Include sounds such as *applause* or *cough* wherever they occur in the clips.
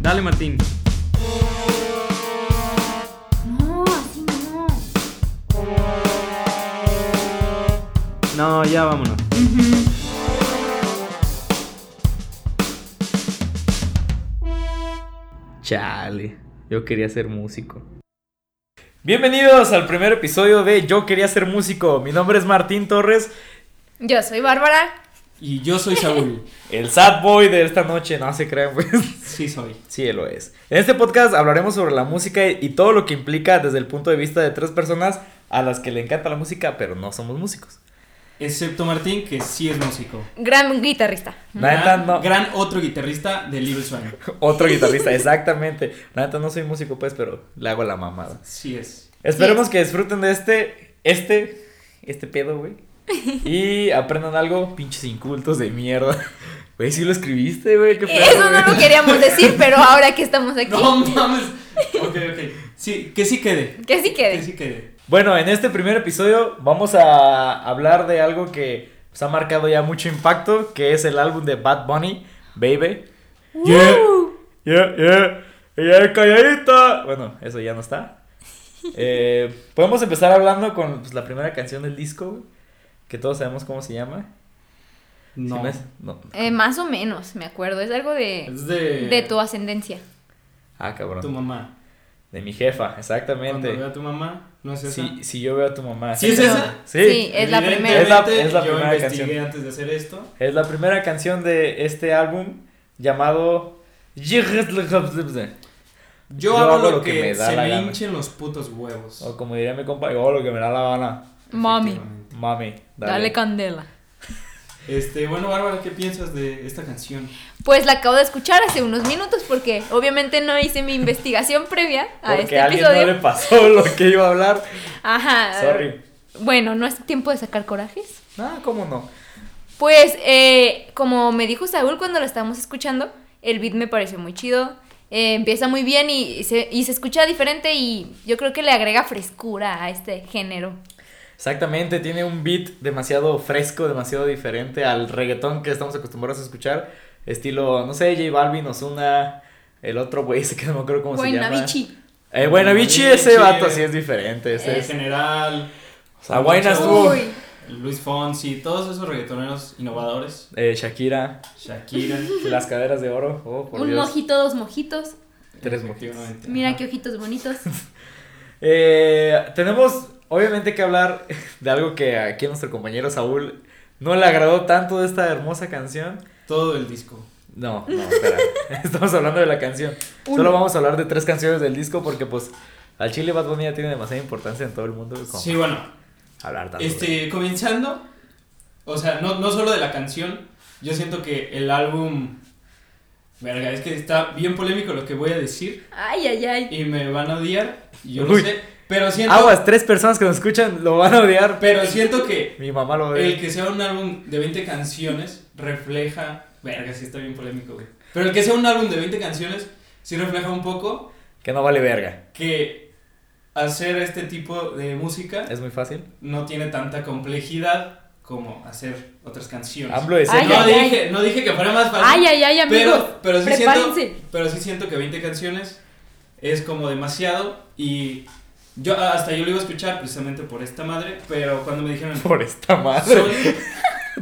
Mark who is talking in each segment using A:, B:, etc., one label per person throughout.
A: Dale, Martín.
B: No, así no.
A: No, ya vámonos. Chale, yo quería ser músico. Bienvenidos al primer episodio de Yo quería ser músico. Mi nombre es Martín Torres,
B: Yo soy Bárbara.
C: Y yo soy Saúl.
A: el sad boy de esta noche, no se crean pues.
C: Sí, soy.
A: *laughs* Sí, lo es. En este podcast hablaremos sobre la música y todo lo que implica desde el punto de vista de tres personas a las que le encanta la música, pero no somos músicos. *laughs*
C: Excepto Martín, que sí es músico.
B: Gran guitarrista.
A: La neta, no.
C: gran otro guitarrista de Little Swan.
A: Otro
B: *laughs*
A: guitarrista, exactamente. La neta, no soy músico, pues, pero le hago la mamada.
C: Sí es.
A: Esperemos que disfruten de este, este, este pedo,
B: *laughs*
A: güey. Y aprendan algo, pinches incultos de mierda. *laughs* Güey, sí lo escribiste, güey, qué pedo,
B: Eso no
A: güey.
B: lo queríamos decir, pero ahora
A: *laughs*
B: que estamos aquí, *laughs*
C: No mames. Ok, ok. Sí, que sí quede.
B: que sí
C: Que
B: quede.
C: sí quede.
A: Bueno, en este primer episodio vamos a hablar de algo que pues, ha marcado ya mucho impacto, que es el álbum de Bad Bunny, Baby. Yeah.
B: Uh,
A: Yeah, yeah, yeah, calladita. Bueno, eso ya no
B: *laughs*
A: está. Eh, podemos empezar hablando con pues, la primera canción del disco, güey, que todos sabemos cómo se llama. ¿Sí
C: No.
A: me es? no.
B: eh, más o menos, me acuerdo. Es algo de,
C: Es de.
B: de tu ascendencia.
A: Ah, cabrón.
C: Tu mamá.
A: De mi jefa,
C: Cuando vea
A: exactamente.
C: a tu mamá, no es esa.
A: Si, si yo veo a tu mamá.
C: ¿Sí es esa?
A: Sí.
B: Sí. Es la primera.
A: Es la- es la
C: yo
A: primera
C: investigué
A: canción.
C: antes de hacer esto.
A: Es la primera canción de este álbum llamado... O
C: Yo,
A: Yo
C: hago,
A: hago
C: lo
A: lo que
C: que,
A: me da
C: se
A: la
C: me
A: gana.
C: hinchen los putos huevos.
A: como diría mi compa, yo lo que me da la gana.
B: Mami,
C: Efectivamente.
A: Mami, dale.
B: dale candela.
C: Este, bueno, Bárbara, ¿qué piensas de esta canción?
B: Pues la acabo de escuchar hace unos minutos porque obviamente no hice mi investigación previa a
A: Porque a
B: este
A: alguien
B: episodio.
A: no le pasó *laughs* lo que iba a hablar.
B: Ajá.
A: Sorry.
B: Bueno, no es tiempo de sacar corajes.
A: Ah, ¿cómo no?
B: Pues, eh, como me dijo Saúl cuando lo estábamos escuchando, el beat me pareció muy chido. Eh, empieza muy bien y se, y se escucha diferente y yo creo que le agrega frescura a este género.
A: Exactamente, tiene un beat demasiado fresco, demasiado diferente al reggaetón que estamos acostumbrados a escuchar. Estilo, no sé, J Balvin, Ozuna, el otro güey, *laughs* ese que no me acuerdo cómo se llama.
B: Guaynabichi.
A: Eh, Buenavichi, ese
C: Buenavichi.
A: vato sí es diferente. Ese
C: El
A: es.
C: general.
A: O sea, Guayna estuvo.
B: Uy.
C: Luis Fonsi, todos esos reggaetoneros innovadores.
A: Eh, Shakira,
C: Shakira.
A: las caderas de oro. Oh, por
B: Un
A: Dios.
B: mojito, dos mojitos.
A: *laughs* Tres motivos.
C: Efectivamente.
B: Mira
C: Ajá.
B: qué
C: *laughs*
B: ojitos bonitos.
A: Eh, tenemos, obviamente, que hablar *laughs* de algo que aquí a nuestro compañero Saúl no le agradó tanto de esta hermosa canción.
C: Todo el disco.
A: No,
B: *laughs*
A: no, espera. Estamos hablando de la canción.
B: Uno.
A: Solo vamos a hablar de tres canciones del disco porque, pues, al Chile Bad Bunny ya tiene demasiada importancia en todo el mundo. como
C: Sí, bueno.
A: Hablar tanto. de-
C: Este, comenzando, o sea, no, no solo de la canción, yo siento que el álbum, verga, es que está bien polémico lo que voy a decir
B: Ay, ay, ay.
C: y me van a odiar, y yo
A: Uy.
C: no sé, pero siento,
A: Aguas, tres personas que nos escuchan lo van a odiar.
C: pero siento que
A: Mi mamá lo
C: el
A: ve.
C: que sea un álbum de 20 canciones refleja, verga, sí está bien polémico, güey, pero el que sea un álbum de 20 canciones sí refleja un poco
A: Que no vale verga.
C: que hacer este tipo de música
A: Es muy fácil. *laughs*
C: no tiene tanta complejidad como hacer otras canciones.
A: Hablo de
B: Ay,
A: serio.
C: no,
B: ay,
C: dije, no dije que fuera más fácil.
B: Ay, ay, ay, amigos.
C: pero, pero, sí siento,
B: prepárense.
C: pero sí siento que 20 canciones es como demasiado. Y yo ah, hasta yo lo iba a escuchar precisamente por esta madre. Pero cuando me dijeron,
A: Por esta madre.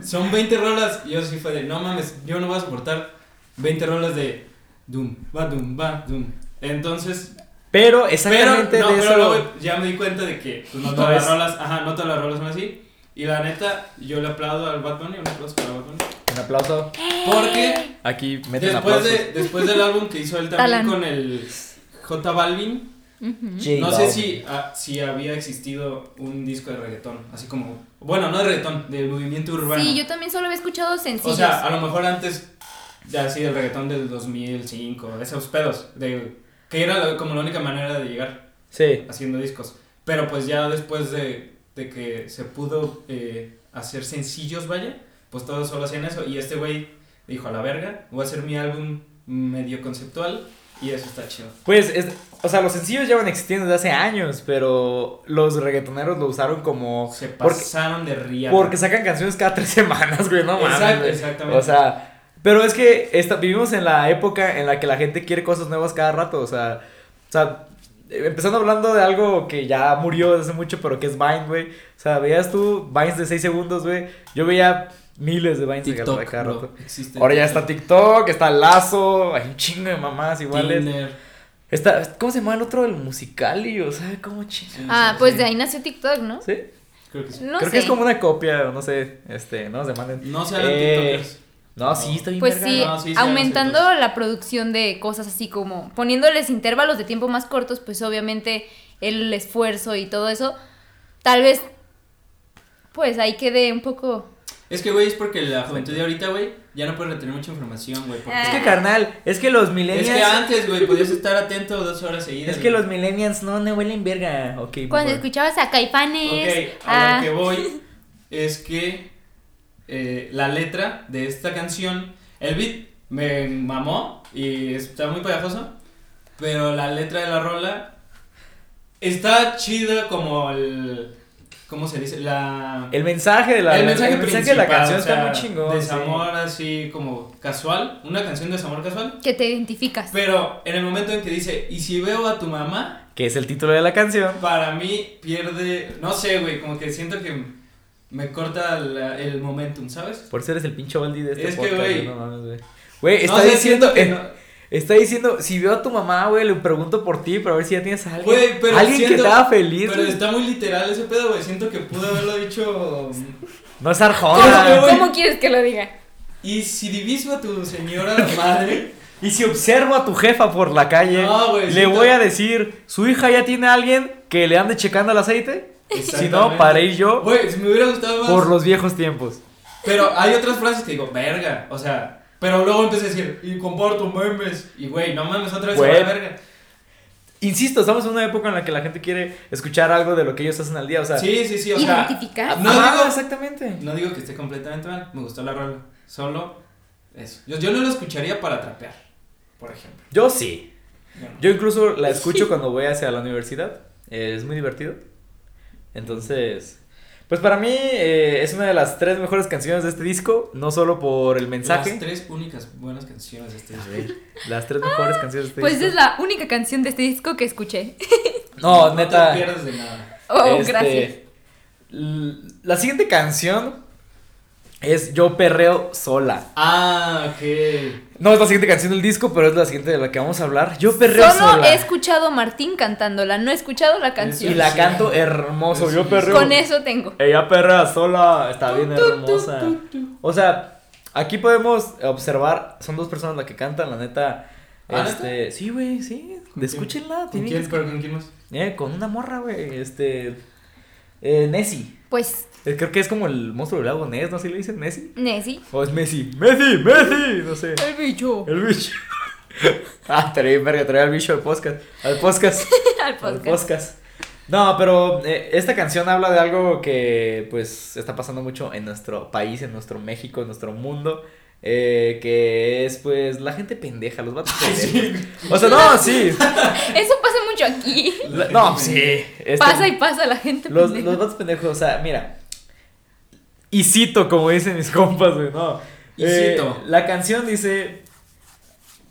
C: son, *laughs* son 20 rolas, yo sí fue de, no mames, yo no voy a soportar 20 rolas de Doom, va Doom, va Doom. Entonces,
A: Pero
C: pero,
A: exactamente
C: no,
A: de
C: pero
A: eso.
C: luego ya me di cuenta de que pues, no
A: No
C: todas las
A: es-
C: rolas, ajá, no todas las rolas son así. Y la neta, yo le aplaudo al Bad Bunny, un aplauso para Bad Bunny.
A: Un aplauso.
B: Eh.
C: Porque
A: Aquí meten
C: después,
A: aplausos.
C: de, después del álbum que hizo él también
B: Talán.
C: con el J Balvin,
B: Ujú.
A: J
C: no sé
A: Balvin.
C: si, ah, si había existido un disco de reggaetón, así como, bueno, no de reggaetón, de movimiento urbano.
B: Sí, yo también solo había escuchado
C: o
B: sencillos.
C: sea, ah, a lo mejor antes, ya así del reggaetón del 2005, de esos pedos, de, que era la- como la única manera de llegar.
A: Sí.
C: haciendo discos. Pero pues ya después de, de que se pudo eh, hacer sencillos, vaya, pues todos solo hacían eso. Y este güey dijo a la verga, voy a hacer mi álbum medio conceptual y eso está chido.
A: Pues, es- o sea, los sencillos llevan existiendo desde hace años, pero los reggaetoneros lo usaron como...
C: Se
A: porque-
C: pasaron de ría.
A: Porque sacan canciones cada tres *laughs* semanas, güey, no mames.
C: Exacto,
A: güey.
C: exactamente.
A: O sea, Pero es que esta- vivimos en la época en la que la gente quiere cosas nuevas cada rato. O sea, o sea eh, empezando hablando de algo que ya murió desde hace mucho, pero que es Vine, güey. O sea, veías tú Vines de 6 segundos, güey. Yo veía miles de Vines de cada- de
C: TikTok,
A: cada
C: bro,
A: rato.
C: existe
A: Ahora ya está TikTok, está Lazo, hay un chingo de mamás iguales.
C: Tinder.
A: Está, ¿Cómo se llama el otro? El Musicali, o sea, ¿cómo chingo?
C: Sí,
B: Ah,
C: sí,
B: pues
C: sí.
B: de ahí nació TikTok, ¿no?
A: ¿Sí?
C: Creo que sí.
B: No
A: Creo que
B: sé.
A: es como una copia, o no sé, este, no nos demanden.
C: No se hagan
A: Eh,
C: tiktokers.
A: No, sí, está bien
B: Pues
A: verga,
B: sí,
A: ¿no?
C: No, sí, sí,
B: aumentando
C: no sé,
B: la producción de cosas así como poniéndoles intervalos de tiempo más cortos, pues obviamente el esfuerzo y todo eso, tal vez, pues ahí quede un poco...
C: Es que, güey, es porque la juventud de ahorita, güey, ya no puede retener mucha información, güey.
B: Ah.
C: porque-
A: Es que carnal, es que los
C: Es
A: millennials.
C: que antes, güey, podías estar atento dos horas seguidas.
A: es que
C: güey.
A: los millennials no, no huelen verga. Ok,
B: Cuando
A: boomer.
B: escuchabas a Caifanes,
C: Ok, a
B: a-
C: lo que voy es que eh, la letra de esta canción, el beat me mamó y está muy pegajoso, pero la letra de la rola está chida como el... ¿Cómo se dice? La...
A: El mensaje de la,
C: el mensaje,
A: de la
C: principal,
A: canción
C: o sea,
A: está muy chingón. sí.
C: Desamor así como casual, una canción de desamor casual,
B: que te identificas.
C: pero en el momento en que dice, y si veo a tu mamá,
A: Que es el título de la canción.
C: Para mí pierde, no sé, güey, como que siento que me corta la- el momentum, ¿sabes?
A: Por eso eres el pinche Baldi de este
C: Es que,
A: podcast.
C: güey.
A: No mames, güey. Güey, está
C: No sé,
A: diciendo.
C: siento que
A: eh,
C: no-
A: Está diciendo, si veo a tu mamá, güey, le pregunto por ti para ver si ya tienes a alguien.
C: Güey, pero
A: alguien que
C: siento-
A: te haga feliz.
C: Pero
A: güey.
C: está muy literal ese pedo, güey. Siento que pude haberlo dicho. mm,
A: No es
B: ¿Cómo,
A: Arjona.
C: güey.
B: cómo quieres que lo diga?
C: Y si diviso a tu señora madre.
A: Y si observo a tu jefa por la calle,
C: No, güey,
A: le
C: siento-
A: voy a decir, su hija ya tiene a alguien que le ande checando el aceite. Si no,
C: Exactamente.
A: para ir yo
C: Güey, si me hubiera gustado más.
A: por los viejos tiempos.
C: Pero hay otras frases que digo, verga. O sea, pero luego empecé a decir, y comparto memes. Y güey, no mames, otra vez
A: Güey.
C: a la verga.
A: Insisto, estamos en una época en la que la gente quiere escuchar algo de lo que ellos hacen al día. O sea,
C: Sí, sí, sí, o sea.
B: Identificar.
C: No
A: Ajá,
C: digo,
A: exactamente.
C: No digo que esté completamente mal, me gustó la rola. Solo eso. Yo, yo no lo escucharía para trapear, por ejemplo.
A: Yo sí.
C: Yo no.
A: Yo incluso la escucho cuando voy hacia la universidad. eh, es muy divertido. Entonces, pues para mí eh, es una de las tres mejores canciones de este disco. No solo por el
C: Las
A: mensaje.
C: tres únicas buenas canciones de este
A: A
C: disco.
A: ver, Las tres mejores canciones de este
B: Pues
A: disco.
B: es la única canción de este disco que escuché. *laughs*
A: No,
C: No
A: neta.
C: te pierdes de nada.
B: Oh,
A: este,
B: gracias.
A: l- La siguiente canción es Yo Perreo Sola.
C: Ah, ok.
A: No es la siguiente canción del disco, pero es la siguiente de la que vamos a hablar. Yo Perreo
B: Solo
A: Sola.
B: he escuchado a Martín cantándola, no he escuchado la canción.
A: Y la canto hermoso. Yo Perreo.
B: Con eso tengo.
A: Ella perrea sola. Está bien
B: Tu, tu, tu,
A: hermosa.
B: tu, tu.
A: O sea, aquí podemos observar. Son dos personas las que cantan, la neta.
C: ¿Ah, neta?
A: Este, sí, güey, sí.
C: ¿Con quién?
A: Escúchenla.
C: ¿Con
A: tienen
C: quién,
A: que-
C: pero con quién más?
A: Eh, con una morra, güey. Este. Eh, Nessie.
B: Pues,
A: Eh, Creo que es como el monstruo del lago Ness, ¿no? ¿Así le dicen Messi?
B: Nessie.
A: ¿O es Messi? ¡Messi! ¡Messi! No sé.
B: El bicho. *laughs*
A: El bicho. *laughs* ah, trae verga, trae al bicho al podcast. Al podcast.
B: Al
A: al
B: *laughs* podcast.
A: podcast. No, pero eh, esta canción habla de algo que pues está pasando mucho en nuestro país, en nuestro México, en nuestro mundo. eh, que es pues la gente pendeja, los
B: *laughs*
A: vatos pendejos. O sea, no, sí.
B: Eso pasa mucho aquí.
A: La-
C: *laughs*
A: no, sí. este-
B: Pasa y pasa la gente.
A: los,
B: pendeja.
A: los vatos pendejos, o sea, mira. Y cito, como dicen mis compas, güey, no.
C: Y
A: Eh,
C: cito.
A: la canción dice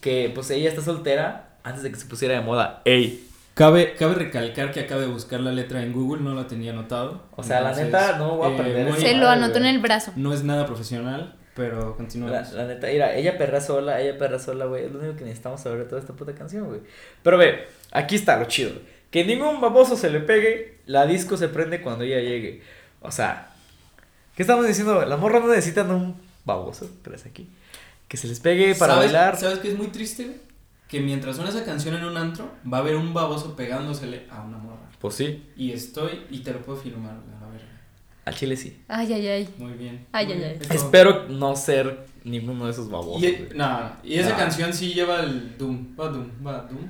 A: que pues ella está soltera antes de que se pusiera de moda. Ey.
C: Cabe, cabe recalcar que acabo de buscar la letra en Google, no la tenía anotado.
A: O sea, la neta, no voy a aprender
C: muy-
A: eso.
B: Se lo
A: Ay,
B: anotó en
A: güey.
B: el brazo.
C: No es nada profesional, pero
A: La,
C: continuamos.
A: la neta, mira, ella perra sola, ella perra sola, güey. Es lo único que necesitamos saber de toda esta puta canción, güey. Pero ve, aquí está lo chido. güey. Que ningún baboso se le pegue, la disco se prende cuando ella llegue. O sea, ¿qué estamos diciendo? La morra no necesitan un baboso, pero es aquí. Que se les pegue para
C: ¿Sabes-
A: bailar.
C: ¿Sabes qué es muy triste? güey? Que mientras suena esa canción en un antro, va a haber un baboso pegándosele a una morra.
A: Pues sí,
C: Y estoy, y te lo puedo filmar, güey, a ver.
A: al chile sí.
B: Ay, ay, ay.
C: Muy bien.
B: Ay,
C: muy
B: ay,
C: bien.
B: ay.
C: Eso-
A: Espero no ser ninguno de esos babosos.
C: Y,
A: güey.
C: no, y esa
A: No.
C: canción sí lleva el Doom. Va Doom, va Doom.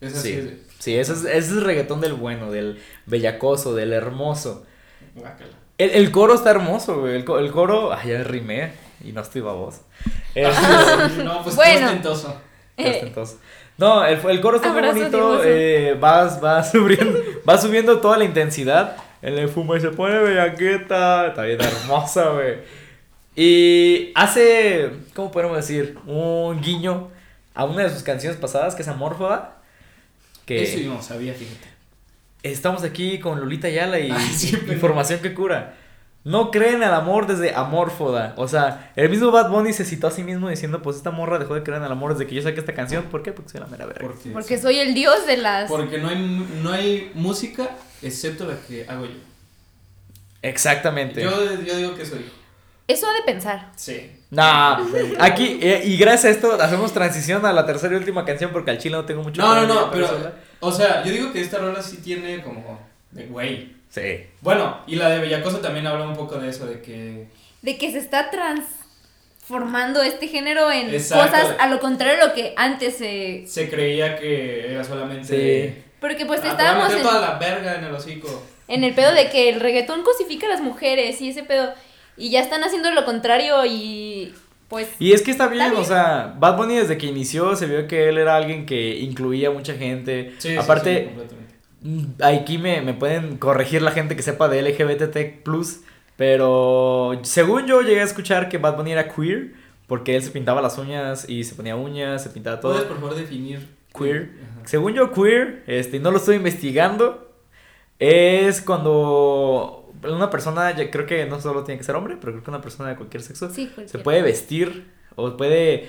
C: Es así.
A: Sí,
C: de-
A: sí ese, es, ese es el reggaetón del bueno, del bellacoso, del hermoso.
C: guácala.
A: El, el coro está hermoso, güey. El, co- el coro. Ay, ya rimé y no estoy baboso.
C: *laughs*
A: Eh, *laughs*
C: no, pues
B: Bueno.
C: bueno. ostentoso.
A: qué ostentoso. no, el, el coro está
B: Abrazo
A: muy bonito.
B: animoso.
A: eh, vas, vas *laughs* subiendo, va subiendo toda la intensidad. Él le fuma y se pone bellaqueta. Está bien hermosa, güey. Y hace, ¿cómo podemos decir? Un guiño a una de sus canciones pasadas, que es Amorfoda. Que
C: Eso yo no sabía, fíjate.
A: estamos aquí con Lolita
C: *laughs*
A: Yala y
C: Ah, sí, pero-
A: Información que cura. No creen al amor desde Amorfoda. O sea, el mismo Bad Bunny se citó a sí mismo diciendo, pues esta morra dejó de creer en el amor desde que yo saqué esta canción. ¿Por qué? Porque soy la mera verga.
C: Porque,
B: Porque soy el dios de las.
C: porque no, hay, no hay música excepto la que hago yo.
A: Exactamente.
C: Yo, yo digo que soy yo.
B: Eso ha de pensar.
C: Sí.
A: Nah, aquí, eh, y gracias a esto hacemos transición a la tercera y última canción porque al chile no tengo mucho
C: No, no,
A: para
C: no,
A: hablar,
C: pero.
A: eso, ¿verdad?
C: O sea, yo digo que esta rola sí tiene como. De güey.
A: Sí.
C: Bueno, y la de Bellacosa también habla un poco de eso, de que.
B: De que se está transformando este género en
C: Exacto.
B: cosas a lo contrario de lo que antes se.
C: Se creía que era solamente.
A: Sí.
B: Porque pues
C: Ah, te voy a
B: estábamos
C: meter
B: en,
C: toda la verga en el hocico.
B: en el pedo de que el reggaetón cosifica a las mujeres y ese pedo. Y ya están haciendo lo contrario y. Pues.
A: Y es que está bien,
B: Está bien.
A: o sea, Bad Bunny desde que inició se vio que él era alguien que incluía a mucha gente.
C: Sí, sí, sí,
A: Aparte,
C: completamente.
A: mm, aquí me, me pueden corregir la gente que sepa de LGBTT+, pero según yo llegué a escuchar que Bad Bunny era queer porque él se pintaba las uñas y se ponía uñas, se pintaba todo.
C: ¿Puedes por favor definir?
A: Queer.
C: Ajá.
A: Según yo, queer, este, y no lo estoy investigando, es cuando una persona, ya creo que no solo tiene que ser hombre, pero creo que una persona de cualquier sexo
B: Sí,
A: se
B: cualquiera.
A: puede vestir o puede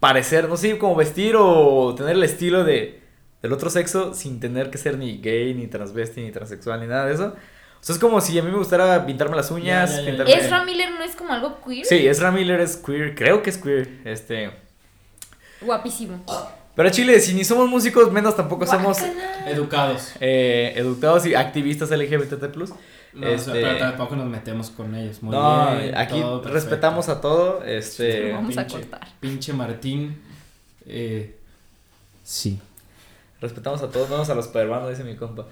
A: parecer, no sé, como vestir o tener el estilo de, del otro sexo sin tener que ser ni gay, ni transvesti, ni transexual, ni nada de eso. O sea, es como si a mí me gustara pintarme las uñas,
C: ya, ya.
A: pintarme...
B: ¿Ezra Miller no es como algo queer?
A: Sí, Ezra Miller es queer, creo que es queer, este...
B: Guapísimo.
A: Pero Chile, si ni somos músicos, menos tampoco Pues somos
B: Guácala.
C: Educados.
A: eh, educados y activistas LGBT+.
C: No, o sea,
A: Este-
C: pero tampoco nos metemos con ellos. Muy
A: no,
C: bien,
A: aquí
C: todo perfecto.
A: respetamos a todo. Este,
B: Vamos a
C: pinche,
B: cortar.
C: Pinche Martín. eh, sí.
A: Respetamos a todos, menos a los peruanos, dice mi compa.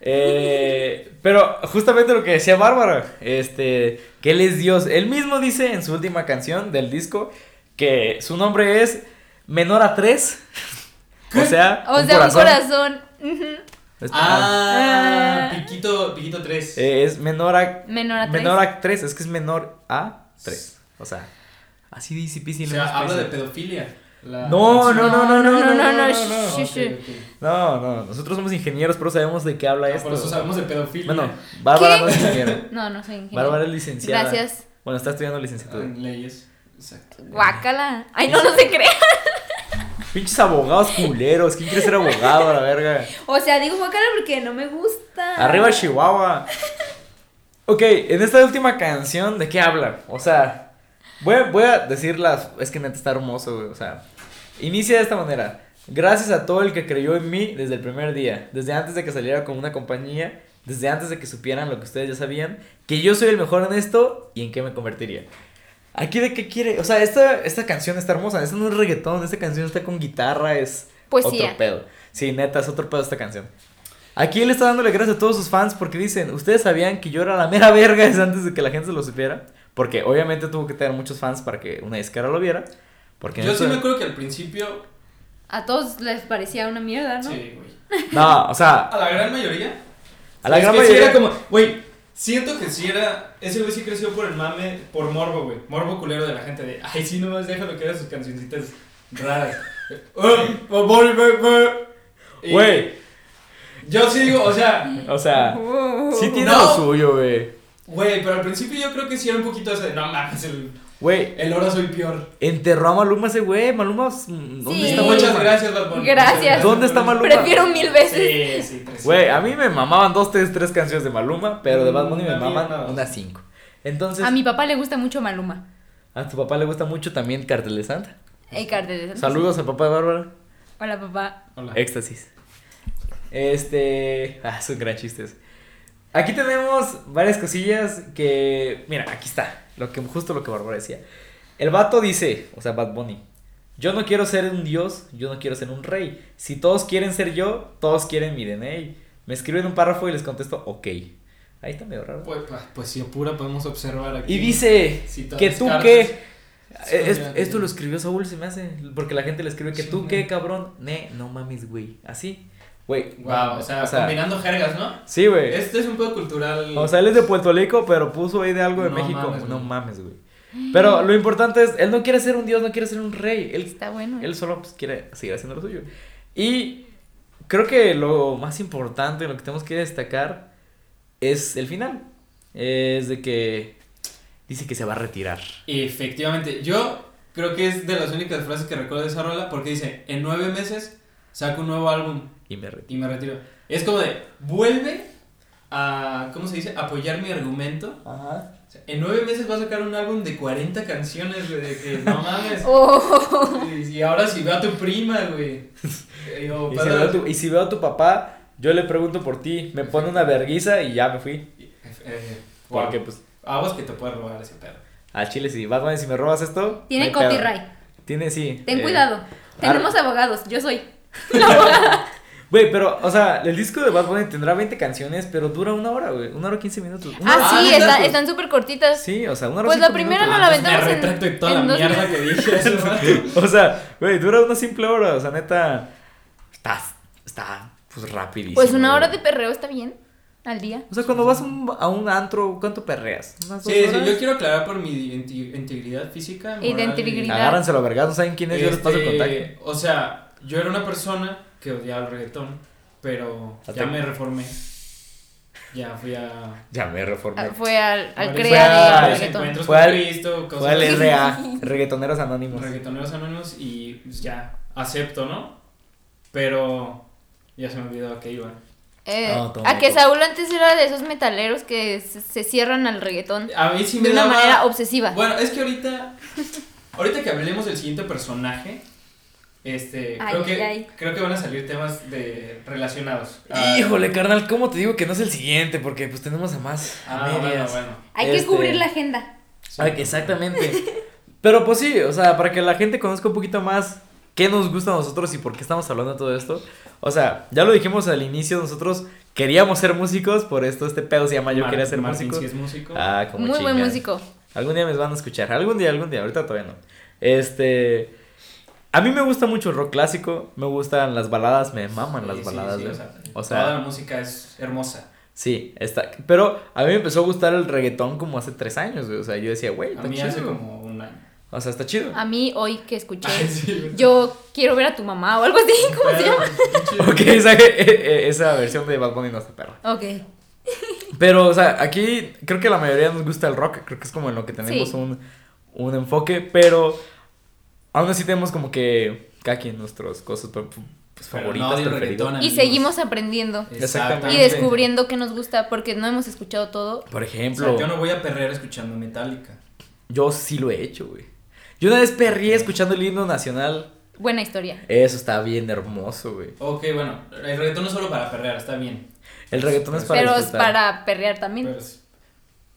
A: Eh, pero justamente lo que decía Bárbara, este, que él es Dios. Él mismo dice en su última canción del disco que su nombre es menor a 3. O sea,
B: O sea, un corazón. ujú,
A: Este,
C: Ah,
B: Ah.
C: Piquito, Piquito 3.
A: eh, es menor a
B: Menor a tres.
A: Menor a 3, es que es menor a 3. O sea, así de easy peasy.
C: o
A: lemon
C: sea, habla de
A: squeezy.
C: pedofilia. La
A: No, no,
C: canción.
A: no, no, no, no, no, no, no,
B: sh-
A: no.
B: sh-
C: Ok,
B: sh-
C: ok.
A: No, no, nosotros somos ingenieros, pero sabemos de qué habla
C: Ah,
A: esto.
C: Por eso sabemos de pedofilia.
A: Bueno, Bárbara
B: ¿Qué?
A: no es ingeniera.
B: No, no soy ingeniero.
A: Bárbara es licenciada.
B: Gracias.
A: Bueno, está estudiando
C: Ah,
A: licenciatura.
C: en leyes. Exacto.
B: Guácala. Ay, no, no se crea.
A: Pinches abogados culeros, ¿quién quiere ser abogado a la verga?
B: O sea, digo guácala porque no me gusta.
A: Arriba Chihuahua. Ok, en esta última canción, ¿de qué habla? O sea, voy a, voy a decirlas. Es que neta está hermoso, güey. O sea, inicia de esta manera. Gracias a todo el que creyó en mí desde el primer día, desde antes de que saliera con una compañía, desde antes de que supieran lo que ustedes ya sabían, que yo soy el mejor en esto y en qué me convertiría. Aquí de qué quiere, o sea, esta, esta canción está hermosa, esta no es reggaetón, esta canción está con guitarra, es
B: Poesía.
A: otro pedo. Sí, neta, es otro pedo esta canción. Aquí él está dándole gracias a todos sus fans porque dicen, ustedes sabían que yo era la mera verga *laughs* desde antes de que la gente se lo supiera. Porque obviamente tuvo que tener muchos fans para que una disquera lo viera. Porque en
C: Yo sí
A: esto-
C: me acuerdo que al principio.
B: A todos les parecía una mierda, ¿Ah, ¿no?
C: Sí, güey.
A: No, o sea,
C: A la gran mayoría.
A: a la
C: Es
A: gran
C: que sí
A: mayoría...
C: era como, güey, siento que si era. Ese güey sí creció por el mame, por morbo, güey. Morbo culero de la gente de, ay, sí, nomás déjalo que haga sus cancioncitas raras. *laughs* Oh, Y
A: Güey,
C: Yo sí digo, o sea,
A: o sea,
B: Uh.
A: sí tiene
C: No.
A: lo suyo, güey.
C: güey, pero al principio yo creo que sí era un poquito ese de, no mames, el,
A: Güey,
C: el oro soy peor.
A: enterró a Maluma ese güey. Maluma, mm, ¿dónde
B: Sí.
A: está Maluma?
C: Muchas gracias, Bad Bunny.
B: Gracias.
A: ¿Dónde está Maluma?
B: Prefiero mil veces.
C: Sí, pues, sí, tres.
A: Güey, a mí me mamaban dos, tres, tres canciones de Maluma, pero de Bad Bunny me
C: A mí
A: maman
C: nada.
A: unas cinco. Entonces,
B: A
A: a,
B: mi papá le gusta mucho Maluma.
A: tu papá le gusta mucho también Cartel de Santa.
B: El cartel de-
A: Saludos al papá de Bárbara.
B: Hola, papá.
C: Hola.
A: Éxtasis. Este. Ah, son gran chistes. Aquí tenemos varias cosillas que. Mira, aquí está. Lo que, justo lo que Bárbara decía. El vato dice, o sea, Bad Bunny. Yo no quiero ser un dios, yo no quiero ser un rey. Si todos quieren ser yo, todos quieren mi DNA. Me escriben un párrafo y les contesto, ok. Ahí está medio raro.
C: Pues, pues, poesía pura podemos observar aquí.
A: Y dice
C: Citadas
A: que tú
C: cartas.
A: qué. Eh,
C: Sí,
A: Es-
C: ya, ya.
A: esto lo escribió Saúl, se me hace. Porque la gente le escribe que
C: Sí,
A: tú
C: güey.
A: qué, cabrón. Ne, no mames, güey. Así. Güey.
C: Wow, o sea, combinando jergas, ¿no?
A: Sí, güey.
C: Este es un pedo cultural.
A: O sea, él es de Puerto Rico, pero puso ahí de algo de
C: No
A: México.
C: mames,
A: no
C: güey.
A: mames, güey. Pero lo importante es, él no quiere ser un dios, no quiere ser un rey. Él,
B: Está bueno.
A: él solo pues, quiere seguir haciendo lo suyo. Y creo que lo más importante, lo que tenemos que destacar, es el final. Es de que dice que se va a retirar.
C: Efectivamente, yo creo que es de las únicas frases que recuerdo de esa rola porque dice, en nueve meses saco un nuevo álbum
A: Y me retiro.
C: y me retiro. Es como de, vuelve a, ¿cómo se dice? Apoyar mi argumento.
A: Ajá.
C: O sea, en nueve meses va a sacar un álbum de 40 canciones, güey, de que no mames.
B: *laughs* Oh.
C: Y- Y ahora si veo a tu prima,
A: *laughs*
C: güey. Y yo,
A: Y si,
C: "Padre".
A: veo a tu, y si veo a tu papá, yo le pregunto por ti, me pone una verguiza y ya me fui.
C: Eh, guau.
A: Porque pues
C: Aguas que te puede robar ese pedo.
A: a Chile si Bad Bunny, si me robas esto.
B: Tiene
A: no hay pedo.
B: copyright.
A: Tiene sí.
B: Ten
A: eh,
B: cuidado. Tenemos abogados. Yo soy.
A: Güey, pero, o sea, el disco de Bad Bunny tendrá 20 canciones, pero dura una hora, güey. Una hora 15 minutos. Una hora-
B: Ah, sí,
C: ah,
B: está-
C: neta.
B: están súper cortitas.
A: Sí, o sea, una hora
B: Pues la
A: cinco
B: primera
A: minutos.
B: no la
C: Antes
B: aventamos
C: Me
B: en-
C: retracto de toda
B: en
C: la
B: dos
C: mierda que dije
B: *laughs*
C: hace rato.
A: *laughs* O sea, güey, dura una simple hora. O sea, neta. Está, está, pues rapidísimo.
B: Pues una hora de
A: güey.
B: perreo está bien al día.
A: O sea, cuando vas a un, a un antro, ¿cuánto perreas? ¿Unas dos
C: Sí, sí,
A: horas?
C: yo quiero aclarar por mi inti- integridad física. moral y-
B: Identigridad.
A: Agárranselo a vergas, no saben quién es, yo les paso el
C: Este,
A: contacto.
C: O sea, yo era una persona que odiaba el reggaetón, pero
A: Hasta-
C: ya me reformé. Ya fui a.
A: Ya me reformé.
B: Ah, Fue al, al
C: varios-
A: Fue
B: CREA
A: al-
B: de
C: varios
B: reggaetón.
C: encuentros
A: Fue
C: con
A: al-
C: Cristo, cosas
A: Fue al
C: así, *laughs*
B: *laughs*
A: RA, Reggaetoneros Anónimos.
C: reggaetoneros anónimos y pues, ya acepto, ¿no? Pero ya se me olvidó a qué iba.
B: Eh,
A: Ah, toma,
B: a que
A: toma.
B: Saúl antes era de esos metaleros que se, se cierran al reggaetón
C: A mí sí me
B: de una
C: daba-
B: manera obsesiva.
C: Bueno, es que ahorita. Ahorita que hablemos del siguiente personaje. Este,
B: Ay,
C: creo, que,
B: ay, ay.
C: creo que van a salir temas de relacionados. Ah,
A: Híjole, carnal, ¿cómo te digo que no es el siguiente? Porque pues tenemos a más. a
C: Ah, bueno,
A: medias.
C: bueno.
B: Hay que
A: Este-
B: cubrir la agenda.
C: Sí.
A: Ah, exactamente. Pero pues sí, o sea, para que la gente conozca un poquito más qué nos gusta a nosotros y por qué estamos hablando de todo esto. O sea, ya lo dijimos al inicio, nosotros queríamos ser músicos, por esto este pedo se llama Yo
C: Mar-
A: quería ser
C: Martín
A: músico.
C: sí es músico.
A: Ah, como
B: Muy buen
A: chingas.
B: músico.
A: Algún día me van a escuchar, algún día, algún día, ahorita todavía no. Este... A mí me gusta mucho el rock clásico, me gustan las baladas, me maman las
C: Sí, sí,
A: baladas.
C: sí,
A: güey.
C: o sea,
A: o
C: toda la
A: sea,
C: música es hermosa.
A: sí, está. Pero a mí me empezó a gustar el reggaetón como hace tres años, güey. O sea, yo decía, güey,
C: A
A: está
C: mí
A: chido.
C: hace como un año.
A: O sea, está chido.
B: A mí hoy que escuché,
C: Ay, sí. *laughs*
B: yo quiero ver a tu mamá o algo así. *laughs* ¿Cómo se
C: Pero,
B: llama?
C: pues, qué chido.
A: *laughs* Ok, esa, eh, eh, esa versión de Bad Bunny no está perra.
B: Ok.
A: Pero, o sea, aquí creo que la mayoría nos gusta el rock. Creo que es como en lo que tenemos
B: Sí.
A: un, un enfoque. Pero aún así tenemos como que cada quien nuestros cosas pues,
C: Pero
A: favoritas,
C: no del
A: preferidas.
C: reggaetón,
B: Y
C: amigos.
B: seguimos aprendiendo y
A: Exactamente.
B: descubriendo qué nos gusta porque no hemos escuchado todo.
A: Por
C: O sea,
A: ejemplo,
C: yo no voy a perrear escuchando Metallica.
A: yo sí lo he hecho, güey. Yo una vez perrí escuchando el himno nacional.
B: Buena historia.
A: Eso está bien hermoso, güey.
C: Ok, bueno, el reggaetón no es solo para perrear, está bien.
A: El reggaetón es para
B: Pero es
A: disfrutar.
B: para perrear también.
C: Pero, es-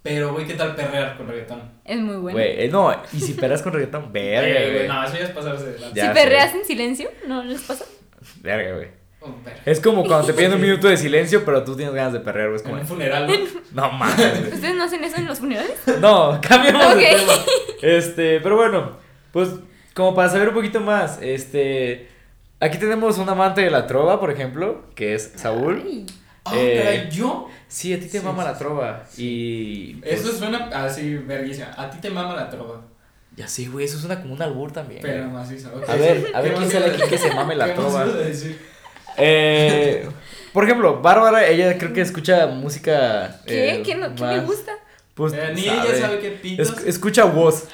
C: pero güey, ¿qué tal perrear con reggaetón?
B: es muy bueno.
A: Güey, eh, no, y si perras
C: *laughs*
A: con reggaetón,
C: Eh,
A: verga,
C: güey,
A: güey.
C: No, eso ya es pasarse de lanza.
A: Ya
B: si
A: sé.
B: perreas en silencio, ¿no les pasa?
A: Verga, güey.
C: Oh, verga.
A: Es como cuando te piden
C: *laughs*
A: un minuto de silencio, pero tú tienes ganas de perrear, güey. Es
C: En
A: como,
C: un
A: *laughs*
C: funeral. ¿no? Oh,
A: no mames. güey.
B: ¿Ustedes no hacen eso en los funerales?
A: No, cambiamos
B: Ok.
A: de tema. Este, pero bueno, pues como para saber un poquito más, este, aquí tenemos un amante de la trova, por ejemplo, que es Saúl.
B: Ay.
C: Ah,
A: Eh,
C: caray, yo.
A: Sí, a ti te
C: Sí,
A: mama
C: sí,
A: la trova y pues,
C: Eso suena así, verguísima. A ti te mama la trova.
A: Ya sé, güey, eso suena como un albur también.
C: Pero
A: güey.
C: más sí, ok,
A: A ver,
C: sí.
A: a ver
C: ¿Qué
A: quién
C: más
A: sale
C: ibas a
A: aquí que se
C: decir? *laughs*
A: mame la
C: ¿Qué más
A: trova.
C: ibas a decir?
A: Eh, por ejemplo, Bárbara, ella creo que escucha música
B: ¿Qué?
A: eh,
B: ¿Qué, no, qué le
A: más-
B: gusta?
A: Pues,
C: Eh, ni ella sabe qué pitos.
A: Esc- escucha voz.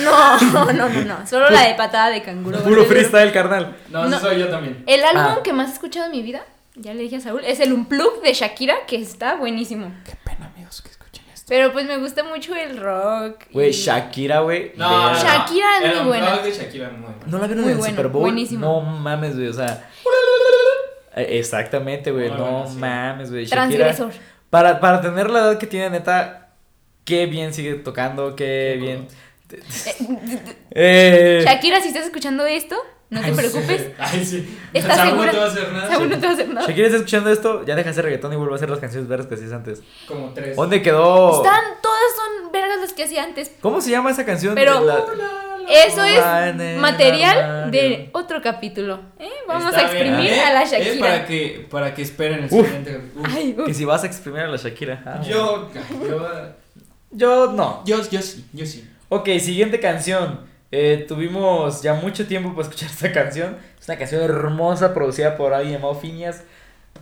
B: No, no, no, no, no. Solo la de patada de canguro.
A: Puro freestyle, carnal.
C: No, eso
B: No.
C: soy yo también.
B: El álbum
A: Ah.
B: que más he escuchado en mi vida, ya le dije a Saúl, es el Unplug de Shakira, que está buenísimo.
C: Qué pena, amigos, que escuchen esto.
B: Pero pues me gusta mucho el rock.
A: Güey,
B: y-
A: Shakira, güey.
C: No,
A: verga.
C: no,
B: Shakira es
C: no.
B: muy
C: El
B: buena.
C: unplug de Shakira es muy buena.
A: ¿No la vieron
B: Muy
A: en el
B: bueno,
A: Super Bowl?
B: buenísimo.
A: No mames, güey, o sea. Eh, Exactamente, güey.
C: Muy
A: no
C: bueno, sí.
A: mames, güey. Shakira.
B: Transgresor.
A: Para, para tener la edad que tiene, neta, qué bien sigue tocando, qué
C: Qué
A: bien. *laughs*
B: Eh,
A: *laughs* Eh,
B: Shakira, si estás escuchando esto, no te
A: Ay,
B: preocupes.
C: Sí. *laughs* Ay, sí.
B: ¿Estás
C: Saúl
B: segura?
C: no te va a hacer nada.
B: Saúl no te va a hacer nada.
A: Shakira está escuchando esto, ya deja de hacer reggaetón y vuelve a hacer las canciones verdes que hacías antes.
C: Como tres.
A: ¿Dónde quedó?
B: Están, todas son vergas las que hacía antes.
A: ¿Cómo se llama esa canción? Eh,
B: Pero-
A: La-
B: Eso es
A: Banana
B: material de
A: Mario.
B: otro capítulo. ¿eh? Vamos
C: Está
B: a exprimir
C: bien, ¿eh?
B: a la
C: ¿Eh? Para
B: Shakira.
C: que, para que esperen el
A: Uf.
C: siguiente. Uf.
B: Ay,
A: Que
B: uf.
A: si vas a exprimir a la Shakira. Ah,
C: Yo, yo,
A: Yo no.
C: yo, yo sí, yo sí.
A: Ok, siguiente canción. Eh, tuvimos ya mucho tiempo para escuchar *laughs* esta canción. Es una canción hermosa producida por alguien llamado Phineas.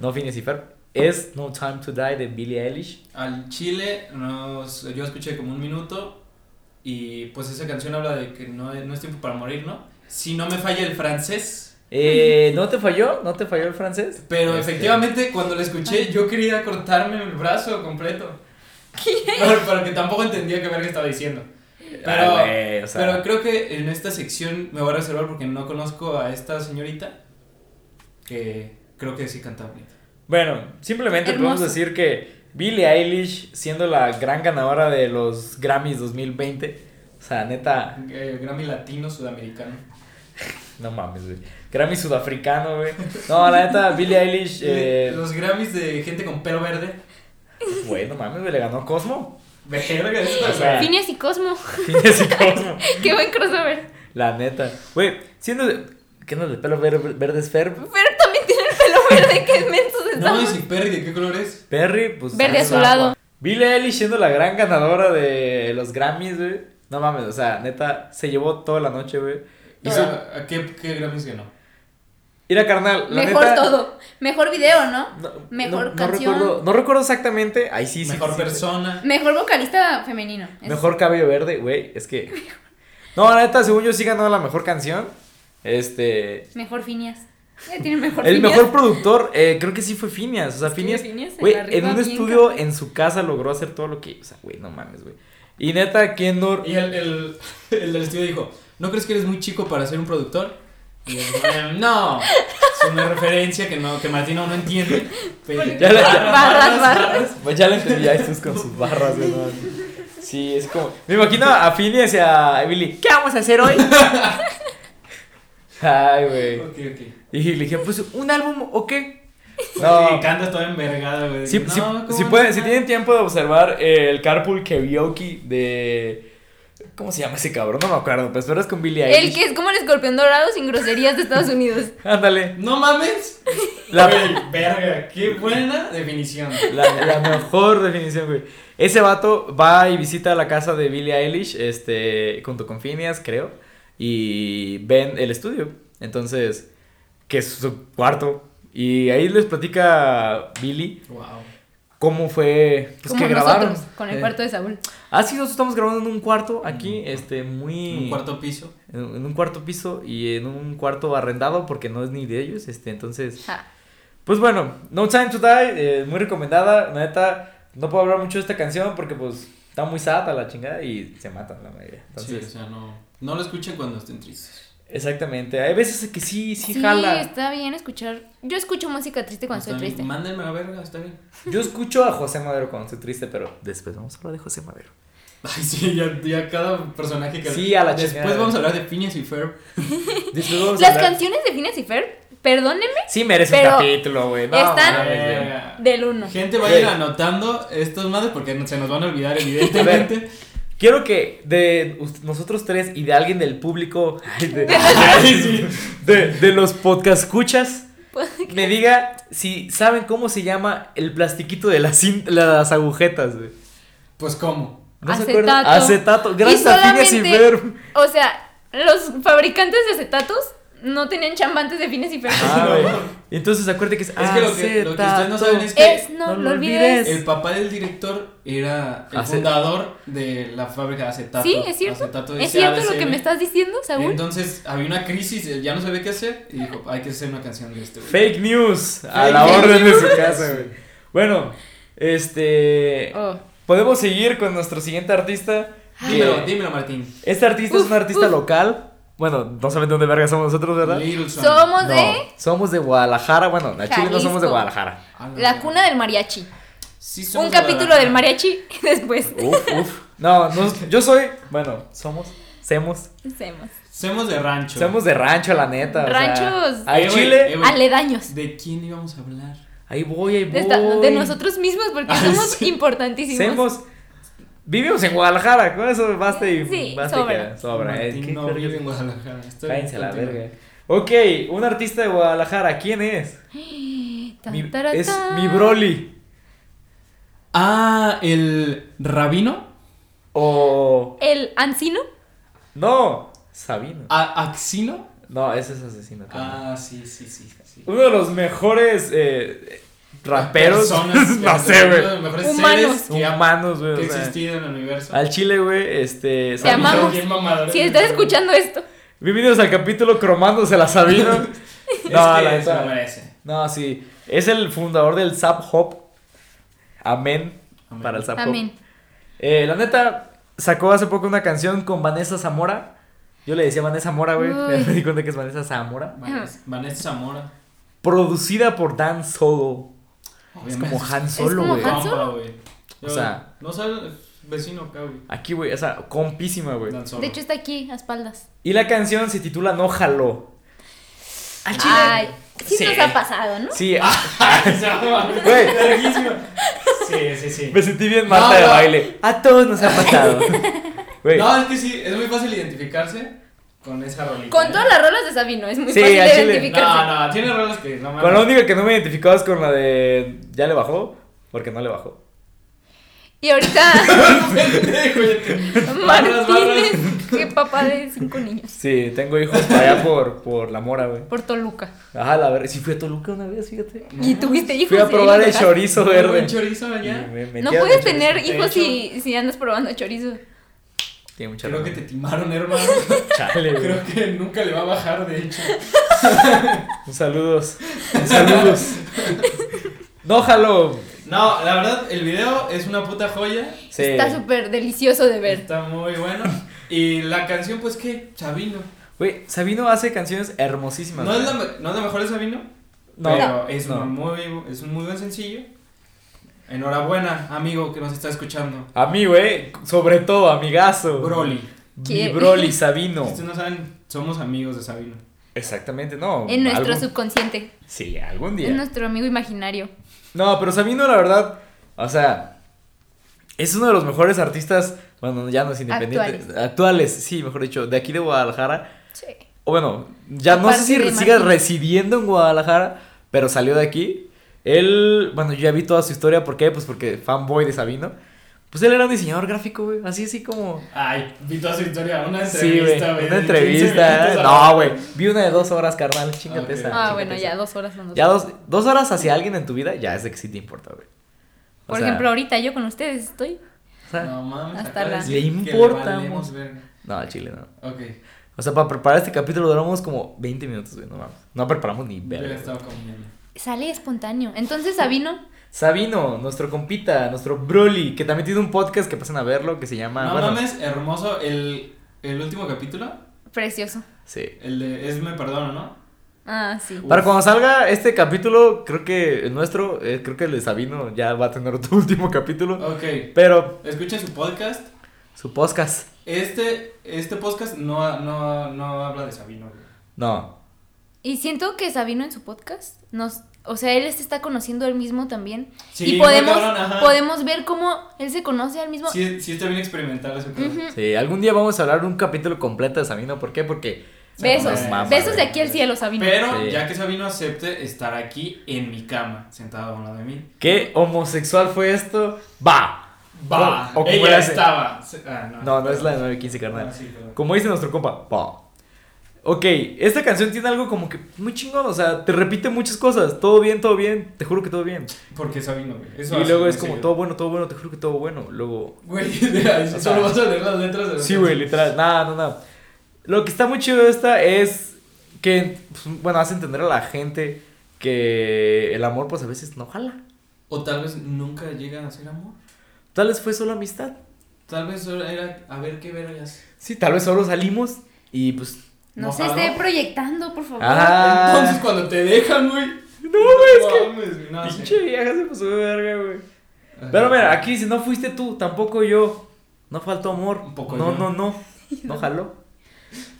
A: No Phineas y Ferb. Es No Time to Die de Billie Eilish.
C: Al Chile, nos, yo escuché como un minuto y pues esa canción habla de que no, es- no es tiempo para morir, ¿no? Si no me falla el francés.
A: Eh, ¿No te falló? ¿No te falló el francés?
C: Pero
A: Este,
C: efectivamente cuando la escuché yo quería cortarme el brazo completo. Pero, pero que tampoco entendía qué verga estaba diciendo.
A: ah,
C: pero-
A: güey, o sea,
C: Pero creo que en esta sección me voy a reservar porque no conozco a esta señorita. Que creo que sí canta bonito.
A: Bueno, simplemente podemos
B: Hermoso.
A: decir que Billie Eilish, siendo la gran ganadora de los Grammys 2020, o sea, neta,
C: Eh, Grammy latino sudamericano.
A: no mames, güey. Grammy sudafricano, güey. No, la neta, Billie
C: *laughs*
A: Eilish, eh,
C: Los Grammys de gente con pelo verde.
A: güey, no mames, güey, le ganó Cosmo.
C: Verga, esto
A: O sea,
B: Phineas y Cosmo. *laughs*
A: Phineas *laughs* y Cosmo.
B: Qué buen crossover.
A: La neta, güey, siendo de. ¿Qué no de pelo ver- verde es Ferb?
B: Pero también tiene el pelo verde, que mensos
C: No,
B: estamos.
C: es y Perry, ¿de qué color es?
A: Perry, pues.
B: Verde
A: es
B: azulado.
A: agua. Billie Eilish siendo la gran ganadora de los Grammys, güey. No mames, o sea, neta, se llevó toda la noche, güey. Hizo
C: Ah, ¿A, a qué, qué Grammys ganó?
A: Mira, carnal, la
B: Mejor
A: neta,
B: todo. Mejor video, ¿no?
A: no-
B: Mejor
A: no- no
B: canción.
A: recuerdo- no recuerdo exactamente. Ahí sí, sí.
C: Mejor
A: sí, sí.
C: persona.
B: Mejor vocalista femenino. Es-
A: Mejor cabello verde, güey. Es que. No, la neta, según yo sí ganó la mejor canción. Este.
B: Mejor Phineas. Eh, tiene mejor
A: El
B: Phineas.
A: mejor productor, eh, creo que sí fue Phineas. O sea,
B: Es que
A: Phineas.
B: Phineas se
A: Güey,
B: la
A: en
B: rifa
A: un
B: bien,
A: estudio
B: cabrón.
A: en su casa logró hacer todo lo que. O sea, güey, no mames, güey. Y neta, Kendor.
C: Y el, el, el del estudio dijo, ¿no crees que eres muy chico para ser un productor? Y él, "Em, no, es una referencia que, no, que Martina no entiende. Pero-
A: Ya la- ya-
B: Barras, barras.
A: Pues ya lo entendí, ahí estás con sus barras, güey. no mames. Sí, es como. Me imagino a Phineas y a Emily. ¿Qué vamos a hacer
B: *laughs*
A: hoy? Ay, güey.
C: Ok, ok.
A: Y le dije, pues, ¿un álbum o qué?
B: *laughs*
C: No.
A: No.
C: Y canta toda envergada, güey.
A: Si,
C: No,
A: si-
C: ¿cómo
A: si
C: no?
A: pueden- si tienen tiempo de observar eh, el Carpool Karaoke de... ¿Cómo se llama ese cabrón? No me acuerdo, pues, pero es con Billie
B: El
A: Eilish.
B: que es como el escorpión dorado sin groserías de Estados Unidos.
A: Ándale.
C: ¡No mames!
A: La,
C: Güey, verga, qué buena definición.
A: la- la mejor definición, güey. Ese vato va y visita la casa de Billie Eilish, este, junto con Phineas, creo, y ven el estudio. Entonces, que es su cuarto. Y ahí les platica Billie
C: Wow.
A: cómo fue pues,
B: como
A: que
B: nosotros,
A: grabaron.
B: con el
A: Eh,
B: cuarto de Saúl.
A: Ah, sí, nosotros estamos grabando en un cuarto aquí, este, muy...
C: Un cuarto piso.
A: En, en un cuarto piso y en un cuarto arrendado porque no es ni de ellos, este, entonces...
B: Ja.
A: Pues bueno, No Time to Die, eh, muy recomendada, la neta, no puedo hablar mucho de esta canción porque pues está muy sata la chingada y se matan la mayoría. Entonces,
C: sí, o sea, no, no lo escuchen cuando estén tristes.
A: exactamente, hay veces que sí, sí,
B: Sí,
A: jala.
B: está bien escuchar. Yo escucho música triste cuando
C: Está
B: estoy
C: bien,
B: triste.
C: Mándenme a la verga, está bien. *laughs*
A: Yo escucho a José Madero cuando estoy triste, pero después vamos a hablar de José Madero.
C: Ay, sí, ya, ya cada personaje que...
A: Sí, a la
C: Después
A: chingada.
C: vamos a hablar de Phineas y Ferb.
A: Después vamos a
B: Las
A: hablar-
B: canciones de Phineas y Ferb, perdónenme,
A: Sí merece un
B: Pero
A: capítulo, güey. no
B: están-
A: mames, güey.
C: Verga.
B: del uno.
C: Gente, vayan
A: Güey.
C: anotando estos madres porque se nos van a olvidar,
A: *laughs* A *laughs*
C: evidentemente.
A: Quiero que de us- nosotros tres y de alguien del público, ay,
B: *laughs*
A: de,
C: Ay, sí.
A: de, de los podcast escuchas, me diga si saben cómo se llama el plastiquito de las, cin- las agujetas, güey.
C: Pues, ¿cómo?
A: ¿No se
B: Acetato.
A: acuerdan? Acetato. Gracias
B: Y
A: a Phineas y
B: solamente-
A: Ferb.
B: O sea, los fabricantes de acetatos no tenían chambantes de Phineas y Ferb.
A: *laughs* Ah,
C: No.
A: güey. Entonces acuérdate que es,
C: Es que lo que- lo que ustedes no saben es que
B: es, no, lo olvides.
C: el papá del director era el
A: Ace-
C: fundador de la fábrica de acetato.
B: sí, es cierto.
C: Acetato
B: Es cierto lo
C: SADCB.
A: eh.
B: que me estás diciendo,
C: Y
B: Saúl.
C: Entonces había una crisis, eh, ya no sabía qué hacer y dijo, hay que hacer una canción de este. güey".
A: Fake news. A
C: Fake
A: la
C: news.
A: orden de su casa, güey. Bueno, este...
B: Oh. Ah,
A: Podemos seguir con nuestro siguiente artista.
C: Dímelo,
A: que-
C: dímelo, Martín.
A: Este artista es un
B: Uf,
A: artista
B: uf.
A: local. Bueno, no saben dónde verga somos nosotros, ¿verdad?
C: Little Son.
B: Somos
A: No,
B: de
A: somos de Guadalajara. Bueno, a Chile no somos de
B: Jalisco.
A: Guadalajara.
C: Ah,
B: la cuna del mariachi.
C: Sí, somos
B: Un
C: de
B: capítulo del
C: Guadalajara.
B: mariachi después.
A: Uf, uf. No, no, yo soy. Bueno, somos. Semos.
B: Hacemos.
C: Somos de rancho.
A: Somos de rancho, la neta. o sea,
B: Ranchos.
A: al
C: Eh, güey, eh,
A: Chile.
C: güey.
B: Aledaños.
C: ¿De quién íbamos a hablar?
A: Ahí voy, ahí
B: De,
A: voy. Ah,
B: esta- de nosotros mismos, porque
C: Ay,
B: somos
C: sí.
B: importantísimos.
A: Semos. Vivimos en Guadalajara. Con eso basta y.
B: Sí,
A: basta Y
B: sobra.
A: que- sobra. eh,
C: Martín
A: qué
C: no
A: verga.
C: vive en Guadalajara. Estoy-
A: Cállense la
C: continúa.
A: verga. Ok, un artista de Guadalajara. ¿Quién es?
B: Tan,
A: Mi-
B: taratán.
A: es mi Broly.
C: Ah, el rabino.
A: O.
B: El Ancino.
A: No, Sabino.
C: ¿A ¿Axino?
A: No, ese es asesino. también.
C: Ah, sí, sí, sí. sí.
A: Uno de los mejores eh, raperos.
C: Personas,
A: *laughs* no sé,
C: Uno de
A: güey.
C: los mejores
B: Humanos.
C: seres que, ha-
A: Humanos,
C: que
A: güey.
C: ha
A: o sea,
C: existido en el universo.
A: al chile, güey. Este.
B: Te
A: Sabino.
B: amamos.
C: Bien mamador.
B: Si estás escuchando esto.
A: Bienvenidos al capítulo cromándose la Sabino. no,
C: *laughs* Es que
A: la
C: se lo
A: neta.
C: merece.
A: No, sí. Es el fundador del Zap Hop. Amén.
C: Amén.
A: Para el Zap Hop.
B: Amén.
A: Eh, la neta, sacó hace poco una canción con Vanessa Zamora. Yo le decía Vanessa Mora, güey.
B: Uy.
A: *laughs* Me di cuenta que es Vanessa Zamora.
C: Vanessa, Vanessa Zamora.
A: Producida por Dan Solo. Es
C: Obviamente.
A: como Han
B: como
A: Solo, güey.
B: Han-
C: Compa, güey.
A: O sea-
C: No sabe vecino acá, güey.
A: Aquí, güey, o sea, compísima, güey.
C: Tan solo. *laughs*
B: De hecho, está aquí, a espaldas.
A: Y la canción se titula No Jaló. Al chile.
B: Ay, sí,
A: Sí.
B: nos ha pasado, ¿no?
A: Sí, ah,
C: Ah, Se llama-
A: Güey.
C: Larguísimo. Sí, sí, sí.
A: me sentí bien Marta
C: No,
A: de
C: no.
A: baile. A todos nos ha pasado. *laughs* Güey.
C: No, es que sí, es muy fácil identificarse con esa rolita.
B: Con
C: ¿eh?
B: todas las rolas de Sabino, es muy
A: Sí,
B: fácil
A: al chile.
B: identificarse.
C: No, no, tiene rolas que no mames.
A: Con la única que no me identificaba es con la de. Ya le bajó. Porque no le bajó.
B: Y
A: *laughs*
B: ahorita,
C: Pendejo, ya te- Barras, barras.
B: Martínez, que papá de cinco niños.
A: Sí, tengo hijos para allá por, por la mora, güey.
B: Por Toluca.
A: Ajá, la verdad. Sí, fui a Toluca una vez, fíjate.
B: Y tuviste hijos.
A: Fui a
B: y
A: probar el
B: los dejaste.
A: chorizo
C: Muy buen
A: verde.
C: chorizo allá.
A: Y me metí
B: No
A: al
B: puedes
A: chorizo.
B: tener
C: De
B: hijos si, si andas probando chorizo.
A: Tiene mucha
C: Creo que
A: razón.
C: te timaron, *laughs* hermano.
A: Chale, güey.
C: Creo que nunca le va a bajar, de hecho.
A: Un saludos. *laughs* Un *laughs* saludos. No, jalo.
C: No, la verdad, el video es una puta joya.
A: Sí.
B: Está súper delicioso de ver.
C: Está muy bueno. Y la canción, pues, ¿qué? Sabino.
A: Güey, Sabino hace canciones hermosísimas.
C: No es
A: güey.
C: la, me- no es la mejor de Sabino,
A: No,
C: pero es,
A: no.
C: una muy, es un muy buen sencillo. Enhorabuena, amigo que nos está escuchando.
A: A mí, güey. Sobre todo, amigazo.
C: Broly.
A: Mi
B: ¿Qué? *laughs*
A: Broly Sabino.
C: Si ustedes no saben, somos amigos de Sabino.
A: Exactamente, no.
B: En nuestro
A: algún-
B: subconsciente.
A: Sí, algún día.
B: En nuestro amigo imaginario.
A: No, pero Sabino, la verdad, o sea, es uno de los mejores artistas, bueno, ya no es independiente, actuales, sí, mejor dicho, de aquí de Guadalajara.
B: Sí.
A: O bueno, ya no sé
B: Aparte
A: si
B: de
A: siga
B: Martín.
A: residiendo en Guadalajara, pero salió de aquí. Él, bueno, yo ya vi toda su historia, ¿por qué? Pues porque fanboy de Sabino. Pues él era un diseñador gráfico, güey, así, así como...
C: Ay, vi toda su historia, una
A: Sí, güey,
C: entrevista, güey.
A: una
C: de 15
A: entrevista. ¿eh?
C: minutos a la-
A: No, güey, vi una de dos horas, carnal, chingate
C: Ok.
A: esa.
B: Ah,
A: chíngate
B: bueno,
A: esa.
B: ya dos horas son dos.
A: Ya dos, dos horas hacia alguien en tu vida, ya es de que sí te importa, güey. O
B: Por
A: sea,
B: ejemplo, ahorita yo con ustedes estoy.
A: o sea, *laughs*
C: No
A: no.
C: mames,
B: Hasta
C: acaba de
B: la-
C: decir
A: Le
C: que
A: importamos.
C: valemos verga.
A: al chile no.
C: Ok,
A: O sea, para preparar este capítulo duramos como 20 minutos, güey, no mames. No preparamos ni
C: yo ya
A: verga.
C: estaba comiendo.
B: Sale espontáneo. Entonces, Sabino,
A: Sabino, nuestro compita, nuestro Broly, que también tiene un podcast que pasen a verlo, que se llama...
C: no
A: bueno,
C: mames, hermoso. El, el último capítulo,
B: precioso.
A: Sí.
C: el de Es Me Perdono, ¿no?
B: Ah, sí.
A: Para cuando salga este capítulo, creo que el nuestro, eh, creo que el de Sabino ya va a tener otro *laughs* último capítulo.
C: Ok,
A: Pero
C: escuchen su podcast.
A: su podcast,
C: Este, este podcast no, no, no habla de Sabino. güey.
A: no.
B: Y siento que Sabino en su podcast nos, o sea, él se está conociendo él mismo también
C: Sí,
B: y
C: muy
B: podemos
C: cabrón, ajá.
B: podemos ver cómo él se conoce al mismo.
C: Sí, sí está bien experimental ese pedo.
B: Ujú.
A: Sí, algún día vamos a hablar un capítulo completo de Sabino, ¿por qué? Porque...
B: Besos,
A: No mames,
B: besos de
A: güey.
B: aquí al cielo, Sabino.
C: Pero
A: Sí.
C: ya que Sabino acepte estar aquí en mi cama, sentado a un lado de mí.
A: ¿Qué homosexual fue esto? ¡Va!
C: Va,
A: O- o como
C: ella
A: era ese-
C: estaba. Se- ah, no,
A: No, no es la de 915, carnal.
C: Ah, sí, perdón.
A: Como dice nuestro compa, pa. Ok, esta canción tiene algo como que muy chingón, o sea, te repite muchas cosas. Todo bien, todo bien, te juro que todo bien.
C: Porque Sabino, güey. Eso
A: Y
C: hace
A: luego
C: muy
A: es como
C: seguido.
A: todo bueno, todo bueno, te juro que todo bueno. Luego.
C: Güey, *laughs* de ahí
A: sea-
C: solo vas a leer las letras de
A: Sí, güey, literal. Nada, no, nada. Lo que está muy chido de esta es que, pues, bueno, hace entender a la gente que el amor, pues a veces no jala.
C: O tal vez nunca llega a ser amor.
A: Tal vez fue solo amistad.
C: Tal vez solo era a ver qué vergas.
A: Sí, tal vez solo salimos y pues.
B: No,
C: No,
B: se
C: ojalá.
B: esté proyectando, por favor.
A: Ah.
C: Entonces cuando te dejan, güey.
A: No, güey, es
C: mames, güey, no,
A: que.
C: sí.
A: Pinche vieja se pasó de verga, güey. Pero mira, aquí si no fuiste tú, tampoco yo. No faltó amor.
C: Un poco
A: no,
C: yo.
A: no, no. No jaló.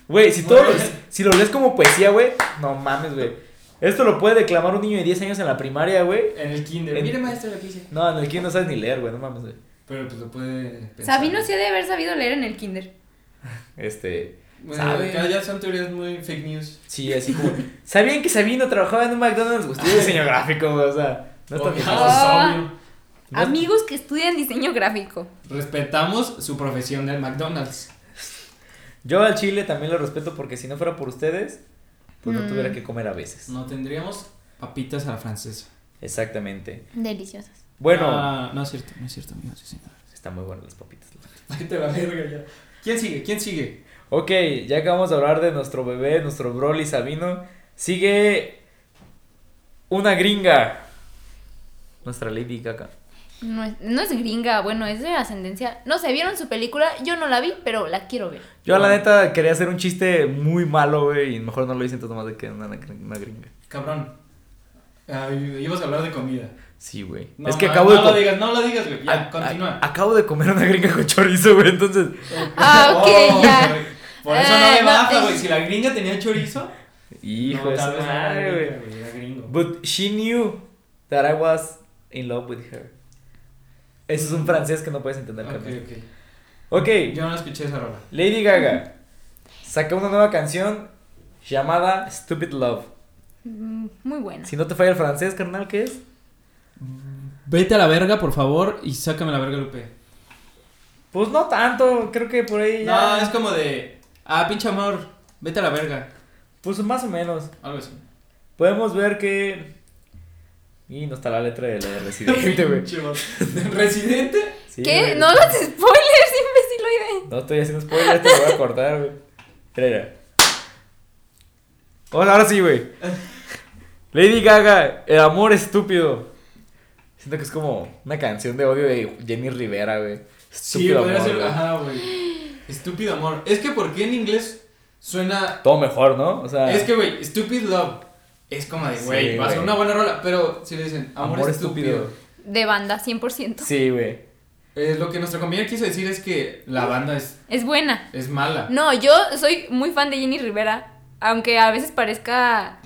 A: Güey, si todo lo- si lo lees como poesía, güey, no mames, güey. Esto lo puede declamar un niño de 10 años en la primaria, güey.
C: En el kinder.
A: En-
C: Mire, maestro, lo que hice.
A: No, en el que no sabes ni leer, güey, no mames, güey.
C: Pero pues lo puede pensar.
B: Sabino sí ha de haber sabido leer en el kinder.
A: Este,
C: Bueno,
A: sabe.
C: acá ya son teorías muy fake news.
A: sí, así como ¿Sabían
C: *laughs*
A: Pues, que Sabino trabajaba en un McDonald's? Usted es diseño gráfico, güey, o sea, no está
C: Obvio,
A: bien.
B: Ah.
C: es obvio.
A: No-
B: Amigos que estudian diseño gráfico.
C: Respetamos su profesión del McDonald's.
A: Yo al chile también lo respeto porque si no fuera por ustedes, pues no
B: Mm.
A: tuviera que comer a veces.
C: No tendríamos papitas a la francesa.
A: Exactamente.
B: Deliciosos.
A: Bueno,
C: Ah, no es cierto, no es cierto, amigos y señores.
A: están muy buenas las papitas.
C: Vete a *laughs* la verga ya. ¿Quién sigue? ¿Quién sigue?
A: Ok, ya acabamos de hablar de nuestro bebé, nuestro Broly Sabino. Sigue una gringa. Nuestra Lady Gaga.
B: No es, no es gringa, bueno, es de ascendencia. No sé, vieron su película, yo no la vi, pero la quiero ver.
A: Yo la neta quería hacer un chiste muy malo, güey, y mejor no lo hice entonces más de que una, una gringa.
C: Cabrón. Ay, ibas a hablar de comida.
A: Sí, güey.
C: No,
A: es que
C: ma-
A: acabo de
C: No lo
A: co- Ah,
C: digas, no lo digas, güey. Ya,
A: a-
C: continúa.
A: a- acabo de comer una gringa con chorizo, güey, entonces
B: Ah, ok, ya.
C: Oh, güey. Por eso no
B: Eh,
C: le
B: no,
C: baja,
B: eh.
C: güey. Si la gringa tenía chorizo.
A: Hijo
C: no,
A: de
C: tal
A: su
C: vez no era
A: madre,
C: gringa,
A: güey.
C: güey. Era gringo.
A: But she knew that I was in love with her. Eso es un francés que no puedes entender,
C: Ok,
A: carnal.
C: ok.
A: Ok,
C: Yo no escuché esa rola.
A: Lady Gaga saca una nueva canción llamada Stupid Love.
B: Mm, Muy buena.
A: Si no te falla el francés, carnal, ¿qué es?
C: Vete a la verga, por favor, y sácame la verga, Lupe.
A: Pues no tanto, creo que por ahí
C: No,
A: ya.
C: es como de. Ah, pinche amor, vete a la verga.
A: Pues más o menos.
C: Algo así.
A: Podemos ver que. Y no está la letra de la de Residente, güey.
C: Pinche vato. ¿Residente?
A: Sí,
B: ¿Qué?
A: güey.
B: No los spoilers, *laughs* imbéciloide.
A: No estoy haciendo spoiler, te lo voy a cortar, güey. Mira, mira. Hola, ahora sí, güey. Lady Gaga, El amor estúpido. Siento que es como una canción de odio de Jenny Rivera, güey.
C: Sí,
A: Estúpido
C: podría
A: amor,
C: ser.
A: güey.
C: Ajá, güey. Estúpido amor. Es que, ¿por qué en inglés suena.
A: Todo mejor, ¿no? O sea,
C: Es que, güey, stupid love. Es como de,
A: Sí,
C: güey, va a ser
A: güey.
C: una buena rola. Pero si le dicen amor, estúpido.
B: De banda, 100%.
A: Sí, güey.
C: Eh, lo que nuestra compañera quiso decir es que la banda es,
B: Es buena.
C: es mala.
B: No, yo soy muy fan de Jenny Rivera, aunque a veces parezca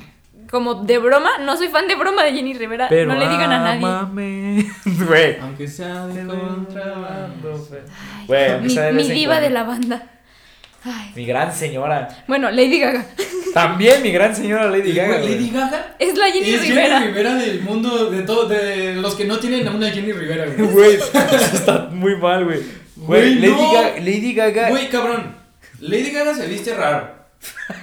B: como de broma. No soy fan de broma de Jenny Rivera.
A: Pero
B: no le digan a nadie.
A: ámame. *laughs* Güey.
C: Aunque sea de contrabando.
B: Ay,
A: Güey, aunque
B: mi
A: sea de
B: mi
A: vez en
B: diva
A: cuando.
B: de la banda. Ay.
A: Mi gran señora.
B: Bueno, Lady Gaga.
A: También mi gran señora Lady Gaga.
C: Güey,
A: güey.
C: Lady Gaga
B: Es la Jenny
C: es
B: Rivera.
C: Jenny Rivera del mundo, de todo, de los que no tienen a una Jenny Rivera,
A: *laughs*
C: güey.
A: Güey, eso está muy mal, güey.
C: Güey,
A: Güey, Lady,
C: no.
A: Gaga, Lady Gaga.
C: Güey, cabrón. Lady Gaga se viste raro.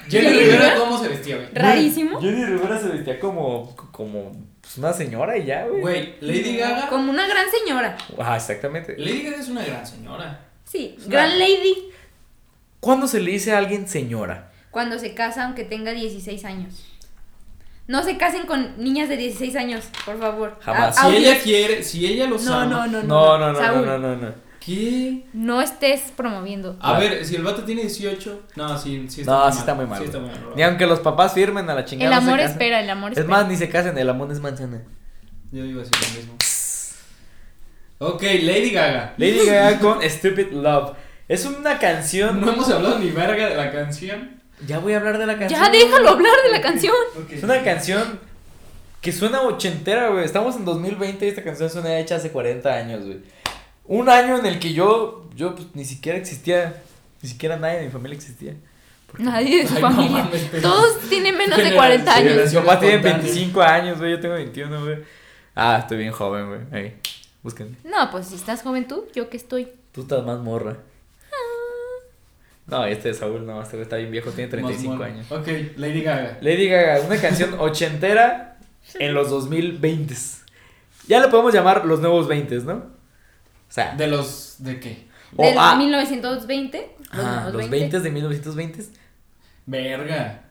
C: Jenny
B: ¿Jenny
C: Rivera,
B: Rivera?
C: ¿cómo se vestía, güey?
B: Rarísimo.
A: Jenny Rivera se vestía como, como pues, una señora y ya, güey.
C: Güey, Lady Gaga.
B: Como una gran señora.
A: Ajá, exactamente.
C: Lady Gaga es una gran señora.
B: Sí,
C: Es una-
B: gran lady.
A: ¿Cuándo se le dice a alguien señora?
B: Cuando se casa, aunque tenga 16 años. No se casen con niñas de 16 años, por favor.
A: Jamás.
B: A-
C: Si
B: audio-
C: ella quiere, si ella lo
B: no,
C: sabe.
B: no, no,
A: No, no, no, no,
B: Saúl,
A: no, no, no.
C: ¿Qué?
B: no estés promoviendo.
C: A ver, si el vato tiene 18. No, sí, sí está
A: No,
C: muy
A: sí
C: mal.
A: está muy mal.
C: Sí está
A: güey.
C: muy mal.
A: Ni aunque los papás firmen a la chingada.
B: El
A: no se
B: amor
A: casan.
B: espera, el amor
A: Es
B: espera.
A: más, ni se casen, el amor es manzana.
C: Yo digo así lo mismo. Ok, Lady Gaga. *laughs*
A: Lady Gaga *laughs* con Stupid Love. Es una canción.
C: No hemos hablado ni verga de la canción.
A: Ya voy a hablar de la canción.
B: ya déjalo hablar de la canción.
A: Es una canción que suena ochentera, güey. Estamos en 2020 y esta canción suena hecha hace 40 años, güey. Un año en el que yo, yo pues, ni siquiera existía, ni siquiera nadie de mi familia existía. Porque-
B: Nadie de su
C: Ay, no
B: familia.
C: mames, pero-
B: Todos tienen menos de
C: Generación.
B: 40
A: Sí,
B: años.
A: güey, mis papás tienen
C: Espontáneo.
A: 25 años, güey. Yo tengo 21, güey. Ah, estoy bien joven, güey. Ahí, búsquenme.
B: No, pues si estás joven tú, yo que estoy.
A: Tú estás más morra. No, este de Saúl, no, este güey está bien viejo, tiene 35
C: Más mono.
A: años.
C: Ok, Lady Gaga.
A: Lady Gaga, una canción ochentera en los 2020. Ya le podemos llamar los nuevos 20, ¿no? O sea,
C: ¿De los. de qué?
A: o-
B: Del
A: ah,
B: 1920.
A: ah, los 20 de 1920.
C: Verga.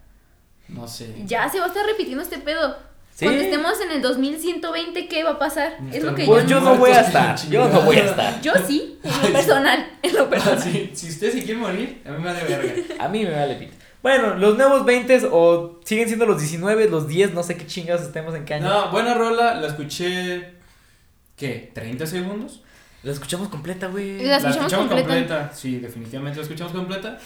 C: No sé.
B: Ya se va a estar repitiendo este pedo.
A: Sí.
B: Cuando estemos en el 2120, ¿qué va a pasar? Es lo que yo,
A: Pues yo no voy a estar, yo no voy a estar.
B: yo sí, en lo personal, en
A: *laughs*
C: *laughs*
B: lo
C: Ah,
B: personal.
C: sí, Si usted se quiere morir, a mí me vale verga.
A: A mí me vale pito. Bueno, los nuevos 20 o siguen siendo los 19, los 10, no sé qué chingados estemos en caña.
C: No, buena rola, la escuché. ¿Qué? ¿30 segundos?
A: La escuchamos completa, güey.
B: La- escuchamos completa.
C: Sí, definitivamente la escuchamos completa.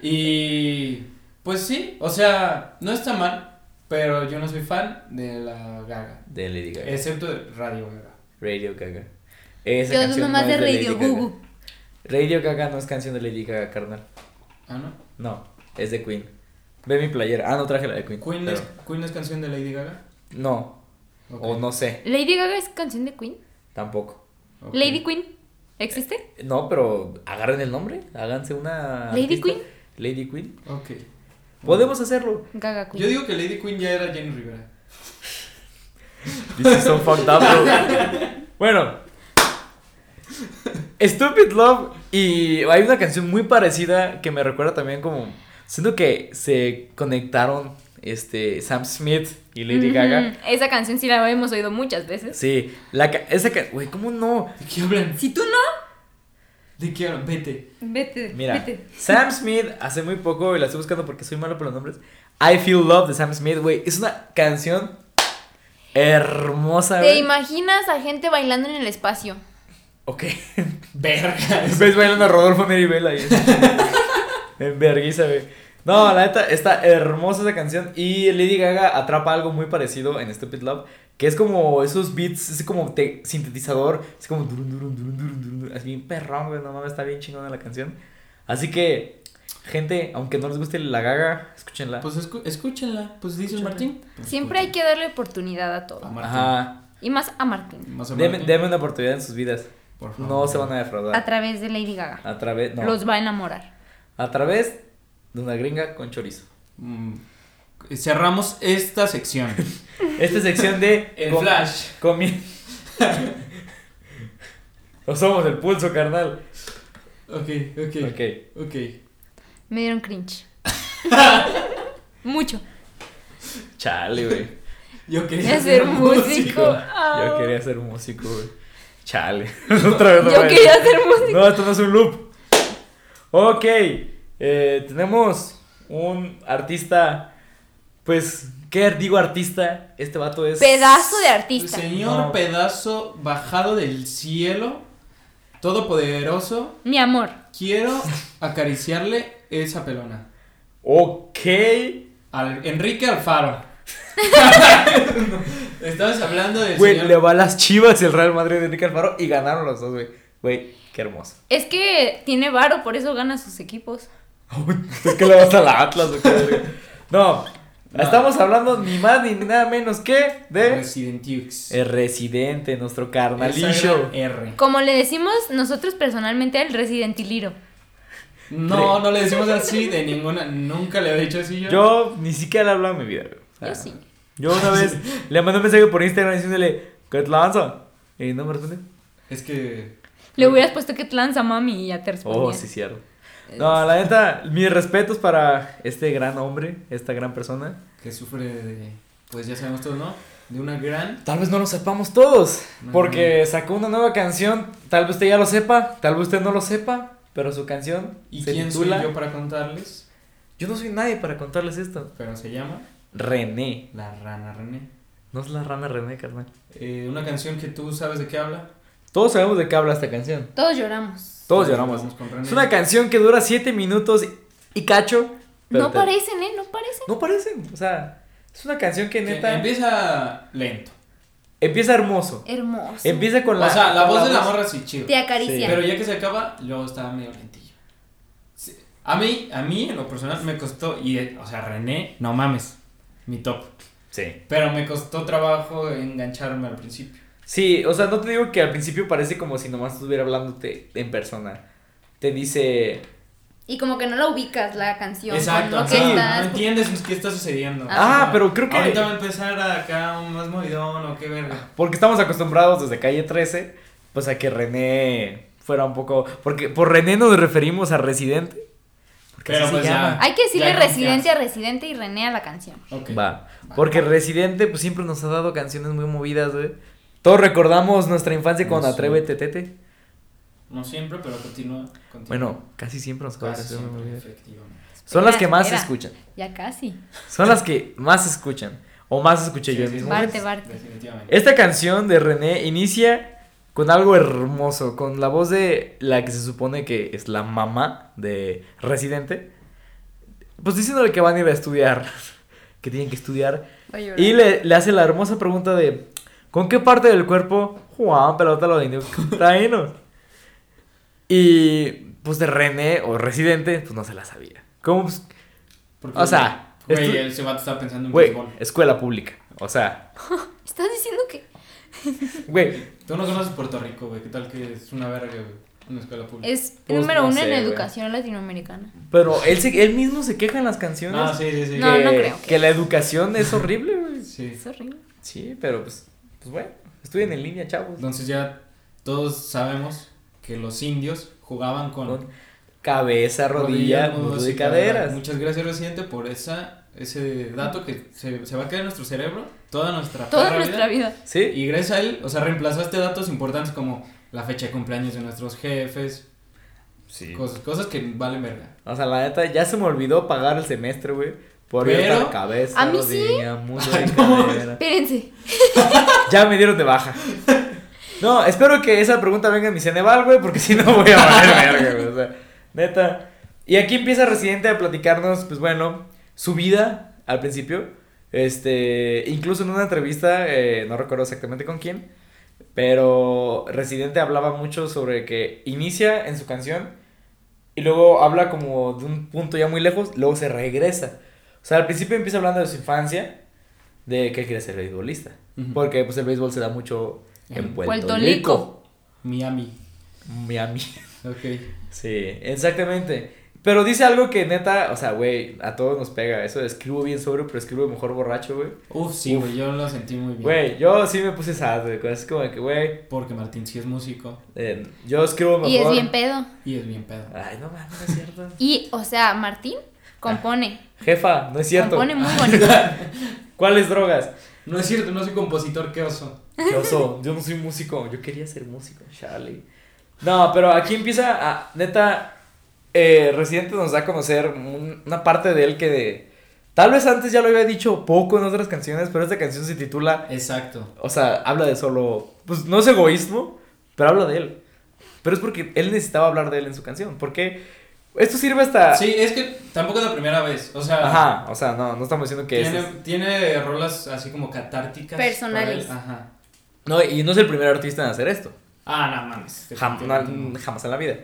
C: Y pues sí, o sea, no está mal, pero yo no soy fan de la Gaga,
A: De Lady Gaga.
C: excepto de Radio Gaga.
A: Radio Gaga. Esa
B: Yo
A: canción
B: dudo más
A: no
B: de
A: es Lady
B: Radio
A: Gaga.
B: Gugu.
A: Radio Gaga no es canción de Lady Gaga, carnal.
C: Ah, ¿no?
A: No, es de Queen. Ve mi playera. Ah, no traje la de Queen.
C: Queen,
A: pero-
C: es, Queen es canción de Lady Gaga.
A: No,
C: Ok.
A: o no sé.
B: Lady Gaga es canción de Queen.
A: Tampoco.
C: Ok.
B: Lady Queen, ¿existe?
A: No, pero agarren el nombre, háganse una.
B: ¿Lady
A: artista.
B: Queen?
A: Lady Queen.
C: Ok.
A: Podemos hacerlo.
B: Gaga Queen.
C: Yo digo que Lady Queen ya era Jenny Rivera.
A: This is so fucked up, bro. *laughs* Bueno. Stupid Love y hay una canción muy parecida que me recuerda también como siento que se conectaron este Sam Smith y Lady
B: Ujú.
A: Gaga.
B: Esa canción sí la hemos oído muchas veces.
A: Sí, la ca- esa ca- güey, ¿cómo no?
C: ¿De qué hablan?
B: Si tú no,
C: ¿De qué hablan? Vete.
B: vete,
A: Mira,
B: vete.
A: Sam Smith hace muy poco y la estoy buscando porque soy malo por los nombres. I Feel Love de Sam Smith, güey, es una canción hermosa,
B: ¿Te
A: güey.
B: imaginas a gente bailando en el espacio?
A: Ok. *laughs*
C: Verga.
A: Ves bailando a Rodolfo Miribel ahí. en vergüenza, güey. No, la neta, está hermosa esa canción. Y Lady Gaga atrapa algo muy parecido en Stupid Love. Que es como esos beats, es como te- sintetizador. Es como. durun, durun, durun, durun, durun, así bien perrón, güey. No mames, está bien chingona la canción. Así que, gente, aunque no les guste la Gaga, escúchenla.
C: Pues escu- escúchenla. Pues dice Martín.
B: Siempre hay que darle oportunidad a
C: A
B: todo.
C: Martín.
A: Ajá.
B: Y más a Martín.
C: Más o
A: Deme,
C: menos.
A: deme una oportunidad en sus vidas.
C: Por favor.
A: No se van a
B: A
A: defraudar.
B: través de Lady Gaga.
A: A través. No.
B: Los va a enamorar.
A: A través de una gringa con chorizo.
C: Mm. Cerramos esta *laughs* sección.
A: Esta sección de
C: *laughs* El
A: com-
C: Flash.
A: comi- *laughs* no somos el pulso, carnal.
C: Ok, ok.
A: Ok.
C: Ok.
B: Me
A: *laughs*
B: dieron cringe. Mucho.
A: Chale, güey.
C: Yo quería
B: Es ser músico.
A: Yo quería ser músico, güey. Chale. *laughs* Otra vez.
B: Ah. Yo
A: güey.
B: quería ser músico.
A: No, esto no es un loop. Ok. eh, tenemos un artista. Pues, ¿qué digo artista? Este vato es.
B: Pedazo de artista.
A: pues,
C: Señor
A: No.
C: pedazo bajado del cielo, todopoderoso,
B: Mi amor. *laughs*
C: quiero acariciarle esa pelona.
A: Ok.
C: Al Enrique
B: *laughs*
C: Alfaro. *laughs* Estabas hablando del
A: Güey,
C: señor-
A: le va a las chivas y el Real Madrid de Enrique Alfaro y ganaron los dos, güey. Güey, qué hermoso.
B: Es que tiene varo, por eso gana sus equipos.
A: ¿Tú qué le vas a la Atlas? o qué, güey? No,
C: No. Pues,
A: estamos hablando ni más ni nada menos que de
C: Resident Evil.
A: el residente, nuestro
C: Esa
A: carnalillo.
C: era R.
B: Como le decimos nosotros personalmente al Residentiliro.
C: No, no le decimos así
B: *laughs*
C: de ninguna. Nunca le he dicho así yo.
A: Yo ni siquiera le hablaba en mi vida. güey. O sea,
B: Yo sí.
A: Yo una
C: *laughs*
A: vez le mandé un mensaje por Instagram diciéndole, ¿qué te lanza? Y no me respondió.
C: Es que.
B: Le hubieras puesto que te lanza mami y ya te respondía. Eh,
A: Oh, sí, cierto. No, la neta, mis respetos para este gran hombre, esta gran persona.
C: Que sufre de. Pues ya sabemos todos, ¿no? De una gran.
A: Tal vez no lo sepamos todos,
C: No.
A: porque sacó una nueva canción, tal vez usted ya lo sepa, tal vez usted no lo sepa, pero su canción
C: ¿Y
A: se
C: quién
A: titula...
C: soy yo
A: yo?
C: para contarles?
A: no soy nadie para contarles esto.
C: Pero se llama
A: René,
C: La Rana René.
A: no es la rana René, carnal.
C: Eh, una canción que tú sabes de qué habla.
A: Todos sabemos de qué habla esta canción.
B: Todos lloramos.
A: Todos lloramos.
C: Vamos con René.
A: Es una canción que dura 7 minutos y cacho. pero
B: No
A: te-
B: parecen, ¿eh? No parecen.
A: No parecen, o sea, es una canción que
C: Que
A: neta empieza,
C: empieza lento.
A: hermoso.
B: Hermoso.
A: Empieza con la
C: o sea, la
A: con
C: voz de la morra sí, chido.
B: Te acaricia.
C: Pero ya que se acaba, luego estaba medio lentillo. Sí, A mí, a mí en lo personal me costó, y eh, o sea, René, no mames, mi top.
A: Sí.
C: Pero me costó trabajo engancharme al principio.
A: Sí, o sea, no te digo que al principio parece como si nomás estuviera hablándote en persona. Te dice,
B: Y como que no la ubicas la canción.
C: Exacto,
B: con
C: o
B: lo
C: sea,
B: que
C: no
B: estás-
C: entiendes qué está sucediendo.
A: Ah,
C: O sea,
A: pero creo que-
C: Ahorita va a empezar acá un más movidón o qué verga.
A: porque estamos acostumbrados desde calle 13, pues a que René fuera un poco, porque por René nos referimos a Residente. Porque
C: Pero
A: así
C: pues
A: se
C: ya.
A: llama.
B: Hay que decirle
C: Ya hay
B: residente a residente y René a la canción.
C: Ok.
A: Va, porque Residente pues siempre nos ha dado canciones muy movidas, güey. Todos recordamos nuestra infancia con
C: Sí.
A: Atrévete Tete.
C: No siempre, pero continúa. continúa.
A: Bueno, casi siempre nos ha dado
C: Casi
A: canciones muy
C: siempre,
A: movidas.
C: efectivamente.
A: Son las que
B: Espera,
A: más se
B: espera.
A: escuchan.
B: Ya casi.
A: Son las que más se escuchan. O más escuché yo
C: Sí,
A: Eh, en mis
C: sí, sí.
A: momentos.
B: Barte, Barte.
C: Definitivamente.
A: Esta canción de René inicia con algo hermoso, con la voz de la que se supone que es la mamá de Residente. Pues diciéndole que van a ir a estudiar, *laughs* que tienen que estudiar. Y le, le hace la hermosa pregunta de, ¿con qué parte del cuerpo Juan Pelota lo *laughs* traínos? Y pues de René o Residente, pues no se la sabía. ¿Cómo? pues,
C: Porque,
A: o sea,
C: Güey,
A: estu-
C: ese vato está pensando en
A: Güey,
C: béisbol.
A: escuela pública. O sea,
B: ¿Estás diciendo que
A: Güey,
C: Tú no conoces Puerto Rico, güey. ¿Qué tal que es una verga, güey? Una escuela pública.
B: Es
A: Pues
B: número
A: no
B: uno
A: sé,
B: en
A: güey.
B: educación latinoamericana.
A: pero él, se- él mismo se queja en las canciones.
C: Ah, sí, sí, sí.
B: No, no creo que-
A: que la educación es horrible, güey.
C: Sí.
B: Es horrible.
A: Sí, pero pues, pues bueno, estudien en línea, chavos.
C: Entonces ya todos sabemos que los indios jugaban con
A: Con cabeza, rodilla,
C: rodillas,
A: muslo
C: muslos
A: y
C: y cadera.
A: caderas.
C: Muchas gracias, residente, por esa, ese dato que se, se va a quedar en nuestro cerebro toda nuestra,
B: Toda
C: perra
A: ¿eh?
B: nuestra vida.
A: Sí,
C: Y gracias a él, o sea, reemplazaste datos importantes como la fecha de cumpleaños de nuestros jefes,
A: sí.
C: cosas, cosas que valen verga.
A: O sea, la neta, ya se me olvidó pagar el semestre, güey. Por ir
C: Pero-
A: a cabeza,
B: ¿A mí sí?
A: rodilla, muslo
B: *laughs*
C: Ay,
A: y
C: no.
A: cadera.
B: Espérense.
A: Ya me dieron de baja. No, espero que esa pregunta venga en mi Ceneval, güey, porque si no voy a valer verga, güey. O sea, neta. Y aquí empieza Residente a platicarnos, pues bueno, su vida al principio. Este, incluso en una entrevista, eh, no recuerdo exactamente con quién, pero Residente hablaba mucho sobre que inicia en su canción y luego habla como de un punto ya muy lejos, luego se regresa. O sea, al principio empieza hablando de su infancia, de que él quería ser beisbolista.
C: Ujú.
A: Porque pues el béisbol se da mucho en
C: En
A: Puerto,
B: Puerto
A: Rico.
B: Rico.
C: Miami.
A: Miami.
C: Ok.
A: Sí, exactamente. Pero dice algo que neta, o sea, güey, a todos nos pega. Eso de escribo bien sobrio, pero escribo mejor borracho, güey.
C: Uf, sí,
A: Uf.
C: güey, yo lo sentí muy bien.
A: Güey, yo sí me puse sad, güey. Es como que, güey,
C: Porque Martín sí es músico
A: eh, yo escribo mejor.
B: Y es bien pedo.
C: y es bien pedo.
A: Ay, no mames, no es cierto.
B: Y, o sea, Martín compone.
A: Jefa, no es cierto.
B: Compone muy bonito.
A: *laughs* ¿Cuáles drogas?
C: No es cierto, no soy compositor, qué oso.
A: Qué oso, yo no soy músico, yo quería ser músico, Charlie. No, pero aquí empieza a, neta, eh, Residente nos da a conocer un- una parte de él que de- tal vez antes ya lo había dicho poco en otras canciones, pero esta canción se titula,
C: Exacto.
A: o sea, habla de solo, pues no es egoísmo, pero habla de él. Pero es porque él necesitaba hablar de él en su canción, porque esto sirve hasta...
C: Sí, es que tampoco es la primera vez. O sea,
A: Ajá, o sea, no, no estamos diciendo que...
C: tiene,
A: es-
C: tiene rolas así como catárticas. para él.
B: Personales.
C: Ajá.
A: No, y no es el primer artista en hacer esto.
C: Ah, no mames.
A: Jam-
C: definitivamente
A: no, jamás en la vida.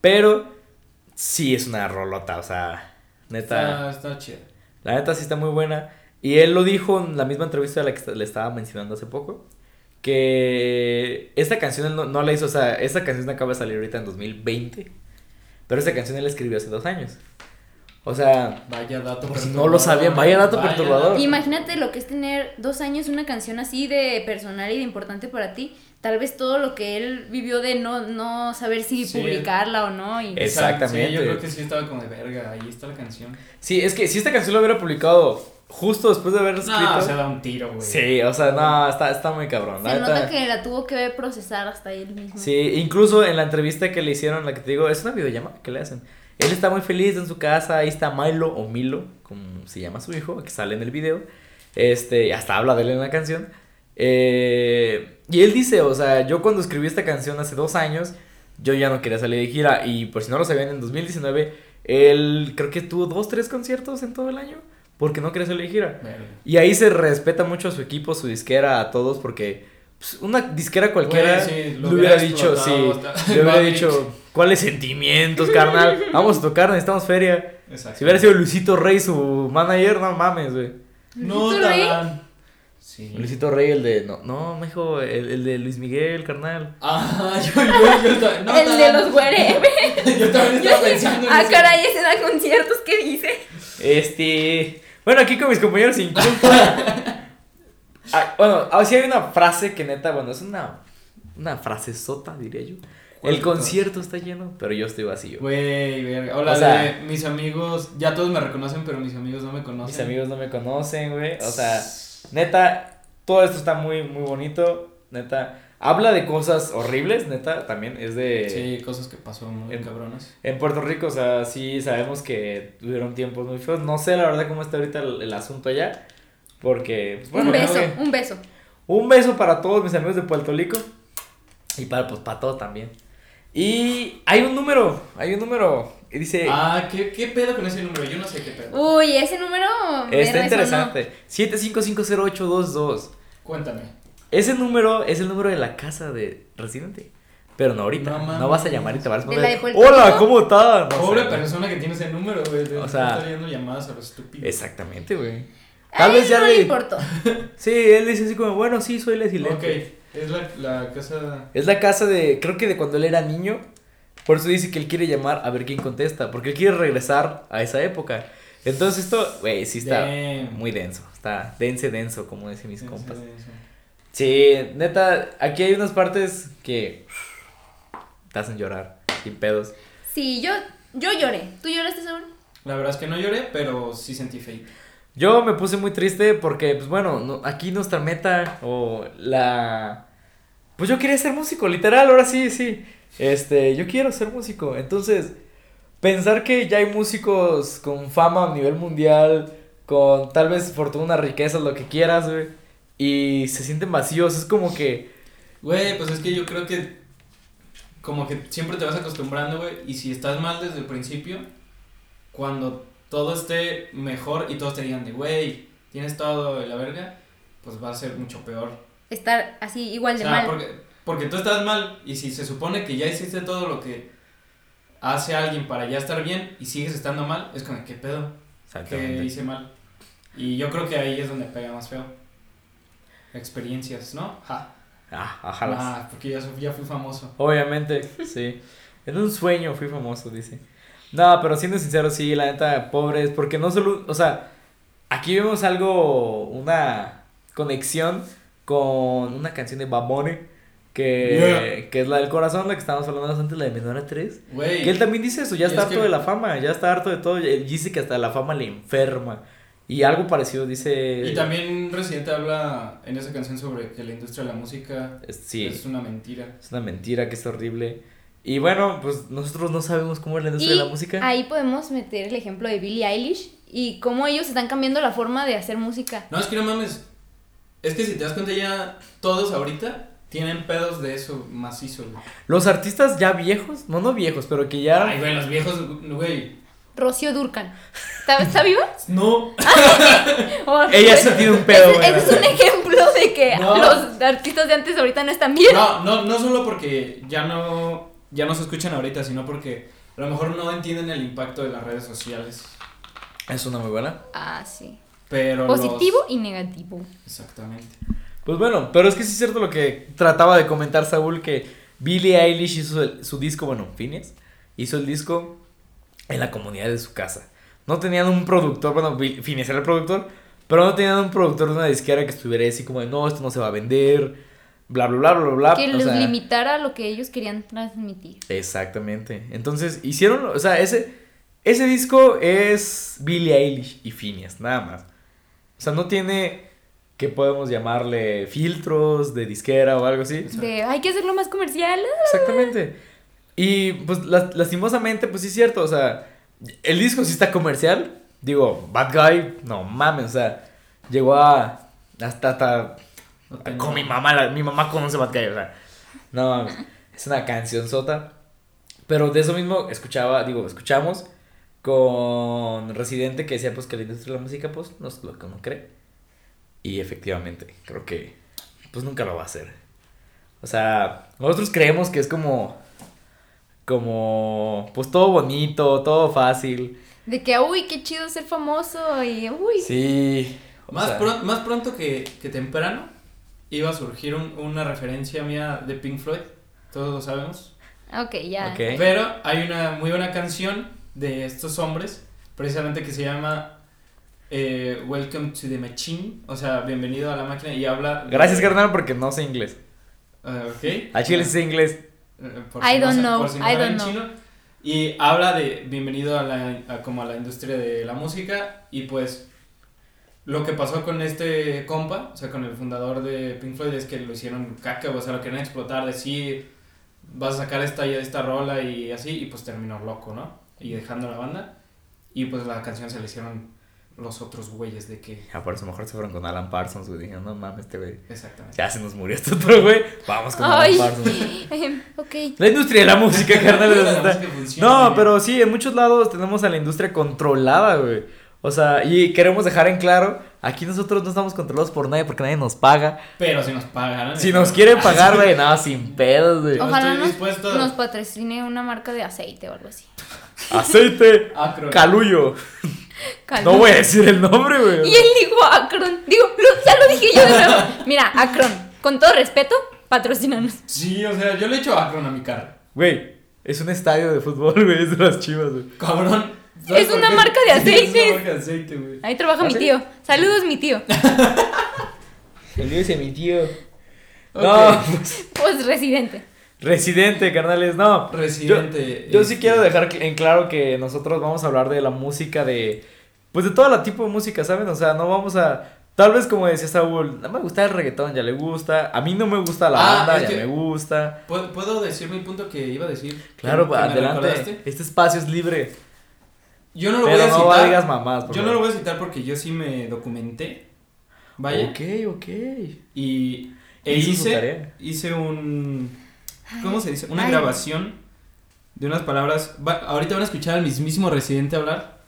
A: Pero sí es una rolota, o sea, neta.
C: Está, está chido.
A: La neta sí está muy buena. Y él lo dijo en la misma entrevista de la que est- le estaba mencionando hace poco. Que esta canción él no, no la hizo, o sea, esta canción acaba de salir ahorita en 2020. Pero esta canción él la escribió hace dos años. O sea,
C: Vaya dato
A: Por si no lo sabían, vaya dato perturbador.
B: Imagínate lo que es tener dos años una canción así de personal y de importante para ti. Tal vez todo lo que él vivió de no, no saber si
C: Sí.
B: publicarla o no. Y...
A: Es-
C: Sí,
A: Exactamente.
C: yo creo que sí estaba como de verga. Ahí está la canción.
A: sí, es que si esta canción la hubiera publicado justo después de haberla escrito.
C: No, se da un tiro, güey.
A: sí, o sea, no, está, está muy cabrón. la
B: Se
A: neta.
B: nota que la tuvo que procesar hasta él mismo.
A: Sí, incluso en la entrevista que le hicieron, la que te digo, es una videollamada que le hacen. Él está muy feliz en su casa, ahí está Milo o Milo, como se llama su hijo, que sale en el video. Este, hasta habla de él en la canción. Eh, y él dice, o sea, yo cuando escribí esta canción hace dos años, yo ya no quería salir de gira. Y por si no lo sabían, en 2019, él creo que tuvo dos, tres conciertos en todo el año, porque no quería salir de gira.
C: Verga.
A: Y ahí se respeta mucho a su equipo, su disquera, a todos, porque pues, una disquera cualquiera
C: Güey, sí, lo
A: le hubiera
C: hubiera
A: dicho, sí,
C: explotado hasta-
A: le hubiera
C: Maverick.
A: dicho, ¿cuáles sentimientos, carnal? Vamos a tocar, necesitamos feria.
C: Exacto.
A: Si hubiera sido Luisito Rey su manager, no mames, güey.
C: No,
B: ¿Luisito Rey?
C: tan- Sí.
A: Luisito Rey, el de, no, no, mijo, el, el de Luis Miguel, carnal.
C: Ah, *laughs* yo, yo, yo estaba- no,
B: el de
C: tan-
A: *laughs*
B: los güeremes.
C: *laughs*
B: *laughs*
C: Yo también estaba pensando en
B: ah,
C: eso.
B: caray, ese da conciertos, ¿qué dice?
A: Este, bueno, aquí con mis compañeros sin culpa. *laughs* Ah, bueno, así hay una frase que neta, bueno, es una, una frase sota, diría yo.
C: ¿Cuál?
A: El concierto está lleno, pero yo estoy vacío.
C: Güey, verga. Hola,
A: O sea-
C: de mis amigos. Ya todos me reconocen, pero mis amigos no me conocen.
A: Mis amigos no me conocen, güey. O sea, neta, todo esto está muy, muy bonito. Neta, habla de cosas horribles, neta, también. Es de.
C: Sí, cosas que pasó muy
A: eh, en-
C: cabronas.
A: En Puerto Rico, o sea, sí sabemos que tuvieron tiempos muy feos. No sé, la verdad, cómo está ahorita el, el asunto allá. Porque. pues, bueno,
B: un beso,
A: creo que-
B: un beso.
A: un beso para todos mis amigos de Puerto Rico. Y para, pues, para todos también. Y hay un número, hay un número. Y dice.
C: Ah, ¿qué, ¿qué pedo con ese número? Yo no sé qué pedo.
B: Uy, ese número me
A: está
B: resonó.
A: interesante. 7550822.
C: Cuéntame.
A: Ese número es el número de la casa de residente. Pero no ahorita.
C: No
A: No,
C: mames.
A: vas a llamar y te vas a
B: ¿De
A: responder.
B: la de Puerto
A: Hola,
B: Rico?
A: ¿cómo estás? Ah, No
C: Pobre
A: sé, güey.
C: persona que tiene ese número, güey. de-
A: O
C: de
A: sea-
C: estar viendo llamadas a los estúpidos.
A: Exactamente, güey.
B: A
A: Tal
B: él
A: vez ya
B: no le
A: le.
B: importó.
A: Sí, él dice así como, bueno, sí, soy la
C: Ok,
A: silente.
C: Es la, la casa.
A: Es la casa de, creo que de cuando él era niño. Por eso dice que él quiere llamar a ver quién contesta, porque él quiere regresar a esa época. Entonces esto, güey, sí está
C: Damn.
A: muy denso. Está dense denso, como dicen mis
C: Sí, sí,
A: compas.
C: sí.
A: Sí, neta, aquí hay unas partes que te hacen llorar, sin pedos.
B: Sí, yo, yo lloré. ¿Tú lloraste, Saúl?
C: La verdad es que no lloré, pero sí sentí fake.
A: Yo me puse muy triste porque, pues bueno, no- aquí nuestra meta o la... Pues yo quería ser músico, literal, ahora sí, sí. Este, yo quiero ser músico. Entonces, pensar que ya hay músicos con fama a nivel mundial, con tal vez fortuna, riquezas, lo que quieras, güey. Y se sienten vacíos, es como que...
C: Güey, pues es que yo creo que. Como que siempre te vas acostumbrando, güey. Y si estás mal desde el principio, cuando todo esté mejor y todos te digan de, güey, tienes todo de la verga, pues va a ser mucho peor.
B: Estar así igual
C: O
B: de
C: sea,
B: mal.
C: Porque, porque tú estás mal y si se supone que ya hiciste todo lo que hace alguien para ya estar bien y sigues estando mal, es como, ¿qué pedo? ¿Qué hice mal? Y yo creo que ahí es donde pega más feo. Experiencias, ¿no? Ja.
A: Ah, ojalá.
C: Ah, porque ya, soy- ya fui famoso.
A: Obviamente, sí. En un sueño fui famoso, dice. No, pero siendo sincero, sí, la neta, pobres, porque no solo, o sea, aquí vemos algo, una conexión con una canción de Babone, que, que es la del corazón, la que estábamos hablando antes, la de Menor a 3.
C: Güey.
A: Que él también dice eso, ya
C: Y
A: está
C: es
A: harto
C: que-
A: de la fama, ya está harto de todo, él dice que hasta la fama le enferma. Y algo parecido dice...
C: Y también Residente habla en esa canción sobre que la industria de la música
A: es- Sí.
C: es una mentira.
A: Es una mentira que es horrible. Y bueno, pues nosotros no sabemos cómo es la industria
B: Y
A: de la música.
B: ahí podemos meter el ejemplo de Billie Eilish y cómo ellos están cambiando la forma de hacer música.
C: No, es que no mames. Es que si te das cuenta ya todos ahorita tienen pedos de eso macizo, güey.
A: Los artistas ya viejos, no no viejos, pero que ya eran-
C: Ay, güey, los viejos, güey.
B: Rocío Durcan. *laughs* ¿Está, está viva?
C: No.
B: Oh,
A: *laughs* Ella ha
B: pues,
A: sentido un pedo,
B: Ese,
A: güey.
B: ese es un ejemplo de
A: *laughs*
B: que
C: No.
B: los artistas de antes ahorita no están bien.
C: No, no, no solo porque ya no, ya no se escuchan ahorita, sino porque a lo mejor no entienden el impacto de las redes sociales.
A: Es una muy buena.
B: Ah, sí.
C: Pero los-
B: Positivo y negativo.
C: Exactamente.
A: Pues bueno, pero es que sí es cierto lo que trataba de comentar Saúl, que Billie Eilish hizo el- su disco, bueno, Fines, hizo el disco en la comunidad de su casa. No tenían un productor, bueno, Bi- Fines era el productor, pero no tenían un productor de una disquera que estuviera así como de, no, esto no se va a vender, bla, bla, bla, bla, bla.
B: que
A: Ah, o
B: los
A: sea,
B: limitara a lo que ellos querían transmitir.
A: Exactamente. Entonces, hicieron, o sea, ese, ese disco es Billie Eilish y Phineas, nada más. O sea, no tiene que podemos llamarle filtros de disquera o algo así.
C: Exacto.
B: De hay que hacerlo más comercial. *laughs*
A: Exactamente. Y pues las- lastimosamente, pues sí es cierto, o sea, el disco sí está comercial. Digo, Bad Guy, no mames, o sea, llegó a hasta, hasta
C: No tengo-
A: con mi mamá, la- mi mamá conoce Bad Guy, o sea, no mames, es una canción sota. Pero de eso mismo escuchaba, digo, escuchamos con Residente que decía pues que la industria de la música pues no es lo que uno cree. Y efectivamente, creo que pues nunca lo va a hacer. O sea, nosotros creemos que es como como pues todo bonito, todo fácil.
B: De que, uy, qué chido ser famoso. Y, uy.
A: Sí. o
C: Más,
A: sea,
C: pron- más pronto que, que temprano iba a surgir un- una referencia mía de Pink Floyd, todos lo sabemos.
B: Ok, ya.
A: Ok.
C: Pero hay una muy buena canción de estos hombres, precisamente que se llama eh, Welcome to the Machine, o sea, bienvenido a la máquina y habla... de-
A: Gracias, carnal, porque no sé inglés.
C: Ah, ok.
A: A Chile sí sé inglés.
C: Eh, por
B: I
C: si no
B: don't
C: sa-
B: know,
C: por si no
B: I
C: saben
B: don't know.
C: chino. Y habla de bienvenido a la, a como a la industria de la música y pues lo que pasó con este compa, o sea, con el fundador de Pink Floyd es que lo hicieron caca, o sea, lo querían explotar, decir, vas a sacar esta y esta rola y así, y pues terminó loco, ¿no? Y dejando la banda. Y pues la canción se le hicieron los otros güeyes de que...
A: Ah, por eso mejor se fueron con Alan Parsons, güey. Dijeron, no mames, este güey.
C: Exactamente.
A: Ya se nos murió este otro, güey. Vamos con Alan
B: Ay.
A: Parsons.
B: Em, *laughs* ok.
A: La industria de la *laughs* música, carnal.
C: *laughs* La
A: está-
C: música funciona muy
A: No,
C: bien.
A: pero sí, en muchos lados tenemos a la industria controlada, güey. O sea, y queremos dejar en claro, aquí nosotros no estamos controlados por nadie porque nadie nos paga.
C: Pero si nos pagan.
A: Si *laughs* nos quieren pagar, güey, nada, sin pedos, güey.
C: Oh.
B: Ojalá
C: estoy
B: nos,
C: dispuesto.
B: nos patrocine una marca de aceite o algo así.
A: Aceite,
C: Acro.
A: calullo.
B: Calma.
A: No voy a decir el nombre,
B: Y
A: güey.
B: él dijo Akron. Digo, lo- ya lo dije yo de nuevo. Mira, Akron, con todo respeto, Patrocínanos.
C: Sí, o sea, yo le echo Akron a mi carro.
A: Güey, es un estadio de fútbol, güey, es de las chivas, güey.
C: Cabrón.
B: Es
C: por
B: una
C: qué?
B: marca
C: Sí, *laughs* Es
B: de aceites.
C: una marca de aceite, güey.
B: Ahí trabaja mi tío. Saludos, mi tío.
A: El dios mi tío.
C: Ok.
A: No, pues,
B: Pues residente.
A: residente, carnales, no.
C: Residente.
A: Yo, yo sí
C: este,
A: quiero dejar cl- en claro que nosotros vamos a hablar de la música de. Pues de todo la tipo de música, ¿saben? O sea, no vamos a. Tal vez como decía Saúl, no me gusta el reggaetón, ya le gusta. A mí no me gusta la
C: Ah,
A: banda,
C: es
A: ya
C: que-
A: me gusta.
C: ¿Puedo, puedo decir mi punto que iba a decir?
A: Claro, pues,
C: ¿Que me
A: adelante.
C: recordaste?
A: Este espacio es libre.
C: Yo no lo voy
A: Pero
C: a
A: no
C: citar.
A: digas mamás, por
C: yo no lo
A: favor.
C: voy a citar porque yo sí me documenté. Vaya.
A: Ok, ok.
C: Y e
A: Hizo su
C: hice,
A: tarea.
C: hice un. ¿Cómo se dice? Una
B: Ay.
C: grabación de unas palabras. Va- ahorita van a escuchar al mismísimo residente hablar.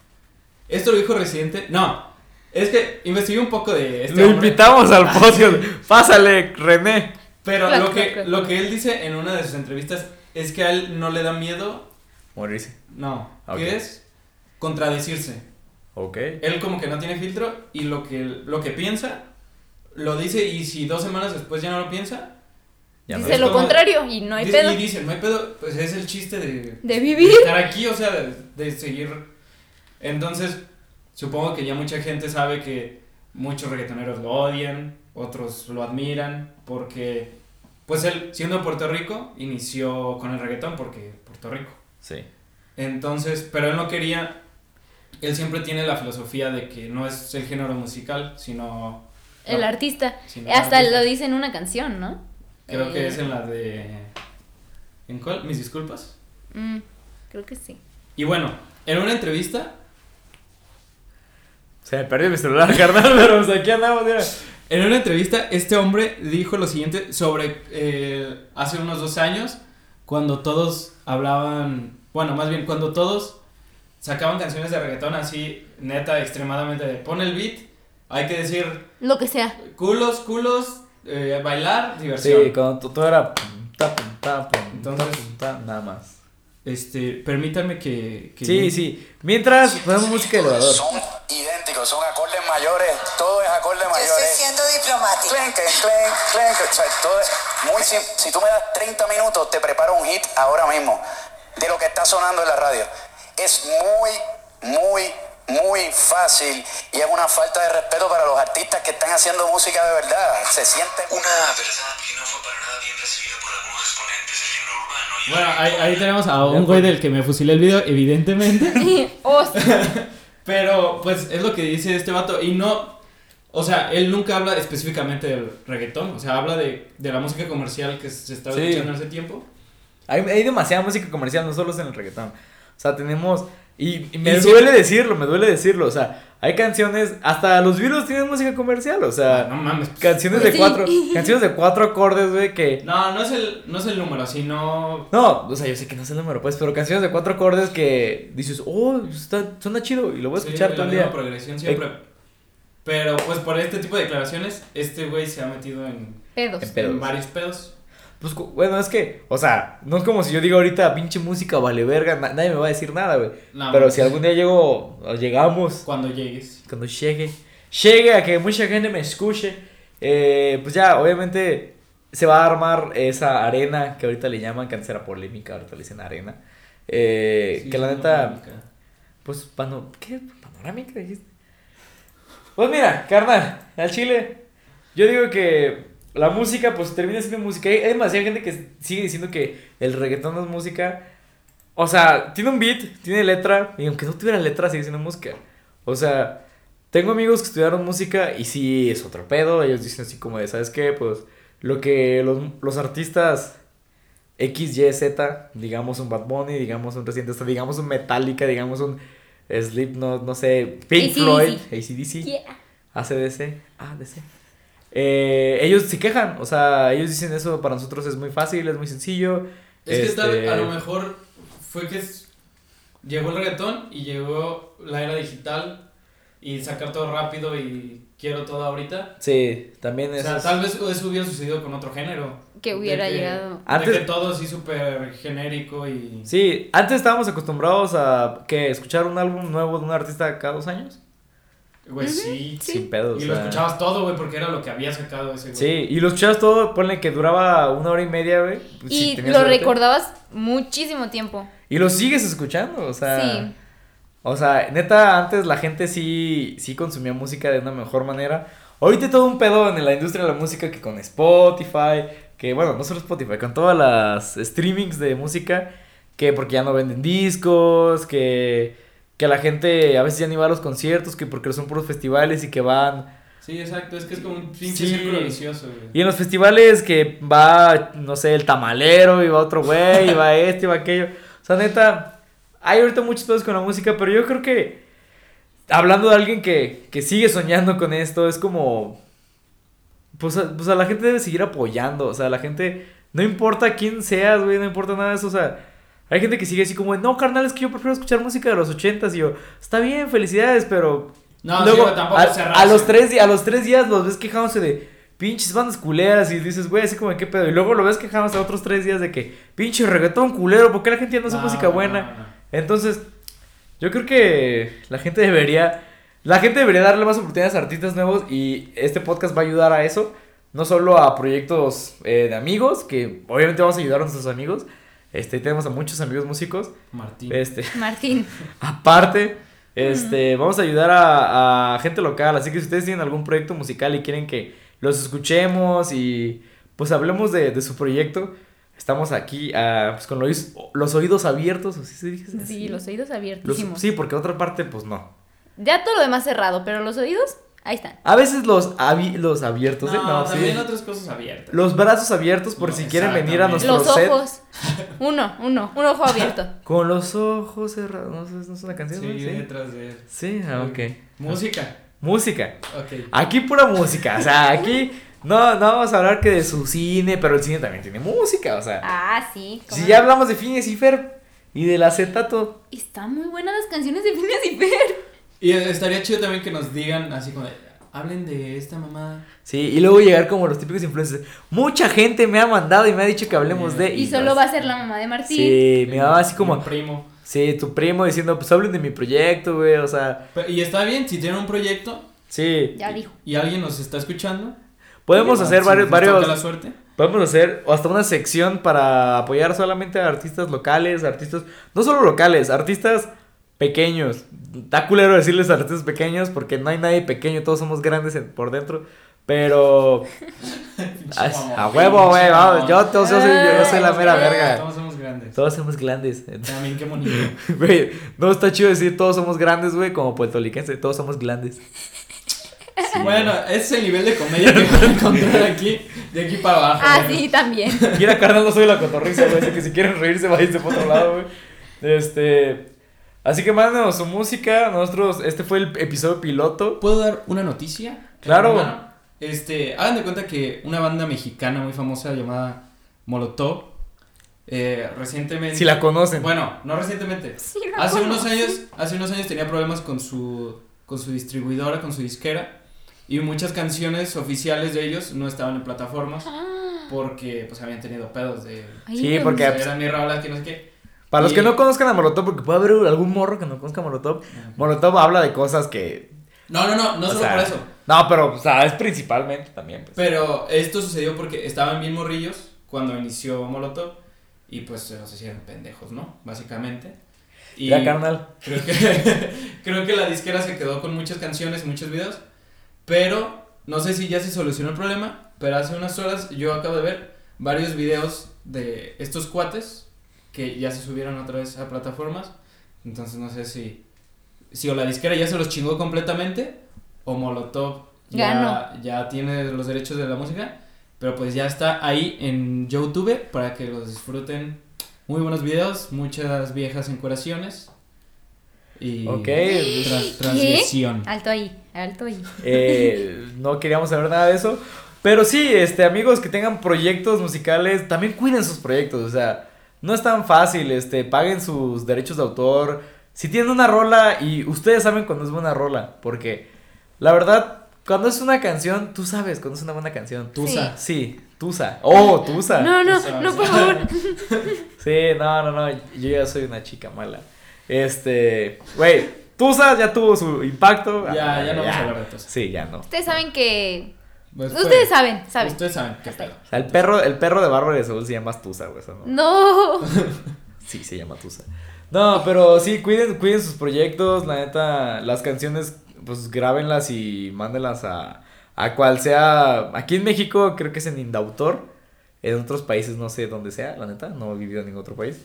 C: ¿Esto lo dijo residente? No. Es que investigué un poco de este
A: Lo
C: hombre,
A: invitamos al
C: *laughs*
A: podcast. Pásale, René.
C: Pero
B: Clac,
C: lo
B: clac,
C: que,
B: clac.
C: lo que él dice en una de sus entrevistas es que a él no le da miedo.
A: Morirse.
C: No.
A: Ah, ok.
C: ¿Qué es? Contradecirse.
A: Ok.
C: Él como que no tiene filtro y lo que, lo que piensa lo dice y si dos semanas después ya no lo piensa,
A: Ya
B: Dice
A: no.
B: lo
C: Como-
B: contrario y no hay
C: Dice-
B: pedo.
C: Y dicen, no hay pedo, pues es el chiste de,
B: De vivir.
C: estar aquí, o sea, de, de seguir. Entonces, supongo que ya mucha gente sabe que muchos reggaetoneros lo odian, otros lo admiran, porque, pues él, siendo de Puerto Rico, inició con el reggaetón porque Puerto Rico.
A: Sí.
C: Entonces, pero él no quería, él siempre tiene la filosofía de que no es el género musical, sino...
B: El
C: no,
B: artista.
C: sino el
B: Hasta
C: artista.
B: lo dice en una canción, ¿no?
C: Creo que
B: Eh,
C: es en la de... ¿En cuál? Mis disculpas.
B: mm, creo que sí.
C: Y bueno, en una entrevista,
A: Se me perdió mi celular, *laughs* carnal, pero pues aquí andamos, mira.
C: en una entrevista este hombre dijo lo siguiente sobre eh, hace unos dos años, cuando todos hablaban, bueno, más bien cuando todos sacaban canciones de reggaetón así, neta, extremadamente de pon el beat, hay que decir
B: Lo que *laughs* sea.
C: culos, culos, eh, bailar, diversión.
A: Sí, cuando todo era pum, ta, pum, ta, pum,
C: Entonces-
A: ta, pum, ta, nada más.
C: Este, permítanme que... que-
A: Sí, sí. Mientras ponemos música de elevador.
D: Son idénticos, son acordes mayores, todo es acorde eh.
E: Yo estoy
D: mayores.
E: siendo diplomático.
D: Clenk, clenk, clenk, o sea, todo es muy sim- Si tú me das 30 minutos, te preparo un hit ahora mismo de lo que está sonando en la radio. Es muy, muy, muy fácil y es una falta de respeto para los artistas que están haciendo música de verdad. Se sienten
F: Una verdad que no fue para nada bien recibida por algunos exponentes del género urbano y
C: Bueno, ahí, ahí tenemos a un güey del que me fusilé el video, evidentemente.
B: Oh, sí.
C: Pero, pues, es lo que dice este vato. Y no. O sea, él nunca habla específicamente del reggaetón. O sea, habla de, de la música comercial que se estaba
A: Sí.
C: escuchando en ese tiempo.
A: Hay, hay demasiada música comercial, no solo es en el reggaetón. O sea, tenemos. Y, y me
C: Y sí-
A: duele decirlo, me duele decirlo. O sea, hay canciones. Hasta los virus tienen música comercial. O sea,
C: No mames. pues.
A: canciones de
B: Sí.
A: cuatro. Canciones de cuatro acordes, güey, que.
C: No, no es el, no es el número, sino.
A: No, o sea, yo sé que no sé el número, pues, pero canciones de cuatro acordes que dices, oh, está, suena chido y lo voy a
C: sí,
A: escuchar
C: la
A: todo el
C: misma
A: día.
C: progresión siempre. Pero, pues, por este tipo de declaraciones, este güey se ha metido en,
B: Pedos.
A: En pedo. Pedos.
C: en varios pedos.
A: Pues cu- bueno, es que, o sea, no es como si yo diga ahorita pinche música vale verga, na- nadie me va a decir nada, güey.
C: No, pues
A: Pero
C: mames.
A: si algún día llego, o llegamos,
C: Cuando llegues.
A: cuando llegue, llegue a que mucha gente me escuche, eh, pues ya, obviamente se va a armar esa arena que ahorita le llaman cancera polémica, ahorita le dicen arena. eh,
C: Sí,
A: que la
C: es una
A: neta,
C: polémica.
A: pues, pano ¿qué? ¿Panorámica dijiste? Pues mira, carnal, al chile, yo digo que la música, pues, termina siendo música. Hay, hay demasiada gente que sigue diciendo que el reggaetón no es música. O sea, tiene un beat, tiene letra, y aunque no tuviera letra, sigue siendo música. O sea, tengo amigos que estudiaron música y sí, es otro pedo. Ellos dicen así como de, ¿sabes qué? Pues, lo que los, los artistas... X, Y, Z, digamos un Bad Bunny, digamos un Resident Evil, digamos un Metallica, digamos un Slipknot, no sé, Pink
B: AC/DC.
A: Floyd, ACDC,
B: Yeah.
A: ACDC, ADC. Eh, ellos se quejan, o sea, ellos dicen eso para nosotros es muy fácil, es muy sencillo.
C: Es que
A: este,
C: tal, a lo mejor fue que es- llegó el reggaetón y llegó la era digital y sacar todo rápido y quiero todo ahorita.
A: Sí, también
C: O
A: es.
C: sea, tal vez eso hubiera sucedido con otro género.
B: Que hubiera
C: De
B: llegado.
C: de
A: Antes-
C: que todo así súper genérico y...
A: Sí, antes estábamos acostumbrados a que escuchar un álbum nuevo de un artista cada dos años.
C: Güey, sí.
B: Sí.
A: Sin pedo, o
C: Y lo
A: sea.
C: escuchabas todo, güey, porque era lo que había sacado ese güey.
A: Sí, y lo escuchabas todo, ponle que duraba una hora y media, güey. pues, si
B: y
A: tenías
B: lo
A: suerte.
B: recordabas muchísimo tiempo.
A: Y lo sigues escuchando, o sea.
B: Sí.
A: O sea, neta, antes la gente sí, sí consumía música de una mejor manera. Ahorita hay todo un pedo en la industria de la música que con Spotify, que bueno, no solo Spotify, con todas las streamings de música, que porque ya no venden discos, que, que la gente a veces ya ni va a los conciertos, que porque son puros festivales y que van
C: Sí, exacto. Es que es como un pinche
A: Sí.
C: círculo vicioso, güey.
A: y en los festivales que va, no sé, el tamalero, y va otro güey,
C: *laughs*
A: y va este, y va aquello. O sea, neta, hay ahorita muchos pedos con la música, pero yo creo que, hablando de alguien que, que sigue soñando con esto, es como, pues, a- pues a la gente debe seguir apoyando, o sea, la gente, no importa quién seas, güey, no importa nada de eso, o sea... Hay gente que sigue así como, no, carnal, es que yo prefiero escuchar música de los ochentas. Y yo, está bien, felicidades, pero
C: No,
A: Luego,
C: sí, güey, tampoco
A: a,
C: cerrarse.
A: a los tres, di- a los tres días los ves quejándose de pinches bandas culeras y dices, güey, así como, ¿qué pedo? Y luego lo ves quejándose a otros tres días de que pinche reggaetón culero, ¿por qué la gente ya no hace música
C: Ah,
A: buena?
C: no, no.
A: Entonces, yo creo que la gente debería, la gente debería darle más oportunidades a artistas nuevos y este podcast va a ayudar a eso, no solo a proyectos eh, de amigos, que obviamente vamos a ayudar a nuestros amigos, este, y tenemos a muchos amigos músicos,
C: Martín.
A: este, *laughs*
B: Martín.
A: Aparte, este, vamos a ayudar a, a gente local. Así que si ustedes tienen algún proyecto musical y quieren que los escuchemos y pues hablemos de, de su proyecto, estamos aquí ah, pues, con los, los oídos abiertos. ¿o sí se dice así?
B: Sí, los oídos
A: Los-
B: abiertísimos.
A: sí, porque otra parte, pues no.
B: Ya todo lo demás cerrado, pero los oídos, ahí están.
A: A veces los, abi- los abiertos, ¿eh?
C: no,
A: No, sí.
C: también otras cosas abiertas.
A: Los brazos abiertos por
C: No,
A: si quieren venir a
C: exactamente.
A: nuestro
B: Los
A: set.
B: ojos. Uno, uno, un ojo abierto.
A: Con los ojos cerrados. ¿No es- no es una canción?
C: Sí,
A: güey? Sí,
C: detrás de él.
A: sí, ah, ok.
C: Música.
A: Música.
C: Ok.
A: Aquí pura música, o sea, aquí no, no vamos a hablar que de su cine, pero el cine también tiene música, o sea.
B: Ah, sí. cómo
A: si
B: no.
A: ya hablamos de Phineas y Ferb y del acetato,
B: Están muy buenas las canciones de Phineas y Fer.
C: Y estaría chido también que nos digan así como de, hablen de esta mamada.
A: sí, y luego llegar como los típicos influencers. Mucha gente me ha mandado y me ha dicho que hablemos de...
B: Y solo va a ser la mamá de Martín.
A: Sí, me va Eh, así
C: Mi
A: como...
C: primo.
A: Sí, tu primo diciendo, pues hablen de mi proyecto, güey, o sea,
C: Pero- Y está bien, si tienen un proyecto
A: sí.
B: Ya Ah, dijo.
C: y alguien nos está escuchando.
A: Podemos
C: ah,
A: hacer
C: si
A: varios...
C: nos toca
A: varios
C: la
A: *laughs*
C: suerte.
A: Podemos hacer hasta una sección para apoyar solamente a artistas locales, artistas, no solo locales, artistas pequeños. Da culero decirles artistas pequeños porque no hay nadie pequeño, todos somos grandes en- por dentro. Pero a, a huevo, güey, vamos, yo, yo soy, yo- yo soy la
C: Eh.
A: mera verga.
C: Todos somos grandes.
A: Todos somos grandes. *laughs*
C: También qué bonito.
A: Güey, no está chido decir todos somos grandes, güey, como puertoliquense, todos somos grandes.
C: Bueno, ese es el nivel de comedia que voy a encontrar aquí, de aquí para abajo.
B: Ah,
C: güey.
B: sí, también.
A: Mira, carnal, no soy la cotorriza, güey. Así que si quieren reírse, váyanse por otro lado, güey. Este. Así que mándenos su música. Nosotros, este fue el episodio piloto.
C: ¿Puedo dar una noticia?
A: Claro.
C: Hermano? Este, hagan de cuenta que una banda mexicana muy famosa llamada Molotov, eh, recientemente...
A: Si la conocen.
C: Bueno, no recientemente.
B: Sí, la
C: hace unos
B: conozco.
C: años, hace unos años tenía problemas con su, con su distribuidora, con su disquera, y muchas canciones oficiales de ellos no estaban en plataformas porque, pues, habían tenido pedos de...
B: Ah. Ay,
A: Sí,
B: no,
A: porque-
B: no.
A: pues-
C: Eran mi rola, que no sé qué.
A: Para los que
C: y-
A: no conozcan a Molotov, porque puede haber algún morro que no conozca a Molotov. Molotov habla de cosas que.
C: No, no, no, no
A: o
C: solo
A: sea,
C: por eso.
A: No, pero, o sea, es principalmente también. pues.
C: Pero esto sucedió porque estaban bien morrillos cuando inició Molotov y pues se nos hicieron pendejos, ¿no? Básicamente. Y
A: Mira, carnal.
C: creo que *laughs* creo que la disquera se quedó con muchas canciones y muchos videos, pero no sé si ya se solucionó el problema, pero hace unas horas yo acabo de ver varios videos de estos cuates que ya se subieron otra vez a plataformas, entonces no sé si si o la disquera ya se los chingó completamente o Molotov ya, ya tiene los derechos de la música, pero pues ya está ahí en YouTube para que los disfruten. Muy buenos videos, muchas viejas encueraciones y tra-
A: Ok.
B: ¿Qué?
C: transgresión.
B: Alto ahí, alto ahí.
A: Eh, no queríamos saber nada de eso. Pero sí, este, amigos que tengan proyectos musicales, también cuiden sus proyectos. O sea, no es tan fácil, este, paguen sus derechos de autor. Si tienen una rola y ustedes saben cuando es buena rola, porque la verdad, cuando es una canción, tú sabes cuando es una buena canción.
C: Tusa.
A: Sí,
C: *laughs*
A: Tusa. Oh, Tusa.
B: No, no,
C: tú sabes.
B: no, por favor.
A: Sí, no, no, no. Yo ya soy una chica mala. Este, güey, Tusa ya tuvo su impacto.
C: Ya, ya no vamos a hablar de Tusa.
A: Sí, ya no.
B: Ustedes saben que.
C: Pues,
B: Ustedes
C: fue-
B: saben, saben.
C: Ustedes saben qué pedo.
A: O sea, el perro, el perro de Bárbara de Saúl se llama Tusa, güey. eso no.
B: Mm. No.
A: Sí, se llama Tusa. No, pero sí, cuiden, cuiden sus proyectos, la neta, las canciones, pues grábenlas y mándenlas a, a cual sea. Aquí en México creo que es en Indautor, en otros países no sé dónde sea, la neta, no he vivido en ningún otro país.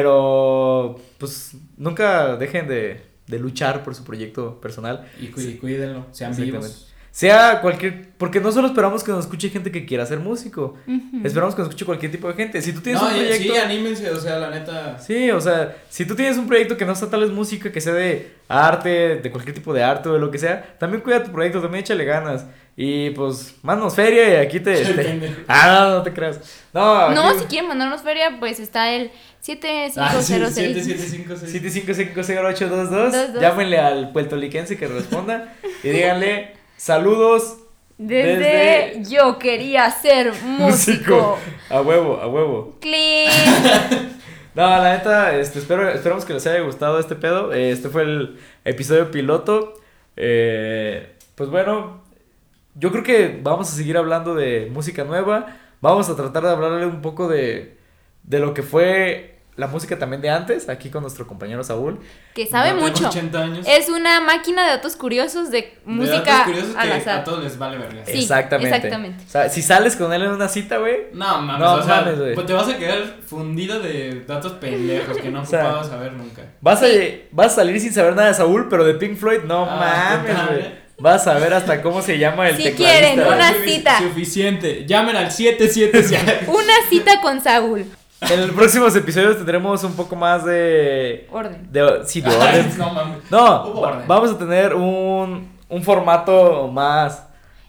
A: Pero, pues nunca dejen de, de luchar por su proyecto personal.
C: Y cu- y cuídenlo, sean
A: Exactamente.
C: vivos.
A: Sea cualquier, porque no solo esperamos que nos escuche gente que quiera ser músico, esperamos que nos escuche cualquier tipo de gente. Si tú tienes
C: No,
A: un
C: y-
A: proyecto...
C: eh, sí, anímense, o sea, la neta.
A: Sí, o sea, si tú tienes un proyecto que no sea tal vez música, que sea de arte, de cualquier tipo de arte o de lo que sea, también cuida tu proyecto, también échale ganas. Y pues, mándanos feria y aquí te.
C: Soy
A: te-
C: pendejo.
A: *laughs* Ah, no, no te creas. No,
B: No,
A: aquí-
B: si quieren mandarnos feria, pues está el
C: Ah, sí,
B: 7506.
C: 7756.
A: 7550822,
B: Dos, dos.
A: llámenle al puertoliquense que responda y díganle saludos.
B: Desde, yo quería ser músico.
A: A huevo, a huevo.
B: Click.
A: No, la neta, este, espero, esperamos que les haya gustado este pedo. Eh, Este fue el episodio piloto. Eh, pues bueno, yo creo que vamos a seguir hablando de música nueva. Vamos a tratar de hablarle un poco de, de lo que fue la música también de antes, aquí con nuestro compañero Saúl.
B: Que sabe
C: Ya tengo
B: mucho.
C: 80 años.
B: Es una máquina de datos curiosos de
C: De
B: música
C: datos curiosos
B: al
C: que
B: azar.
C: A todos les vale verga.
B: Sí,
A: exactamente.
B: exactamente.
A: O sea, si sales con él en una cita, güey.
C: No mames,
A: No
C: o sea,
A: mames, güey.
C: pues te vas a quedar fundido de datos pendejos que no
A: *laughs* O sea,
C: ocupabas saber nunca.
A: Vas, a, vas a salir sin saber nada de Saúl, pero de Pink Floyd, no
C: Ah, ¿qué
A: mames,
C: tal,
A: güey.
C: eh?
A: Vas a ver hasta cómo se llama el
B: Si
A: tecladista.
B: quieren,
A: güey.
B: una
C: Sufic-
B: cita.
C: Suficiente. Llamen al
B: *laughs*
C: 777.
B: Una
C: *laughs*
B: cita con Saúl.
A: En los próximos episodios tendremos un poco más de.
B: Orden.
A: de sí,
C: *laughs*
A: de
C: Ay,
A: orden.
C: no mames.
A: No,
C: Hubo
A: va-
C: orden.
A: vamos a tener un, un formato más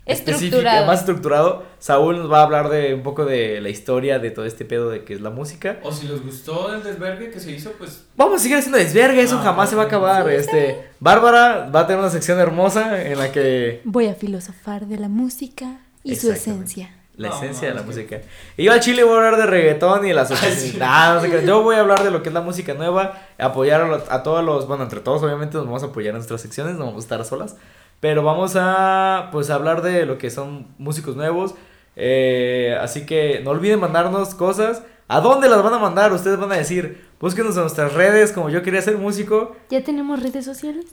A: específico,
B: Estructurado.
A: más estructurado. Saúl nos va a hablar de un poco de la historia de todo este pedo de que es la música.
C: O si les gustó el desvergue que se hizo, pues
A: Vamos a seguir haciendo desverga, eso
C: Ah,
A: jamás se va a acabar. Este, Bárbara va a tener una sección hermosa en la que
E: Voy a filosofar de la música y su
A: Exactamente.
E: esencia.
A: la
C: No,
A: esencia de la
C: no, es que-
A: música. Y yo a Chile voy a hablar de reggaetón y las
C: sí.
A: nah, no sé qué. Yo voy a hablar de lo que es la música nueva, apoyar a, los- a todos los, bueno, entre todos obviamente nos vamos a apoyar en nuestras secciones, no vamos a estar solas, pero vamos a pues hablar de lo que son músicos nuevos. eh, así que no olviden mandarnos cosas. ¿A dónde las van a mandar? Ustedes van a decir, búsquenos en nuestras redes como yo quería ser músico.
E: ¿Ya tenemos redes sociales?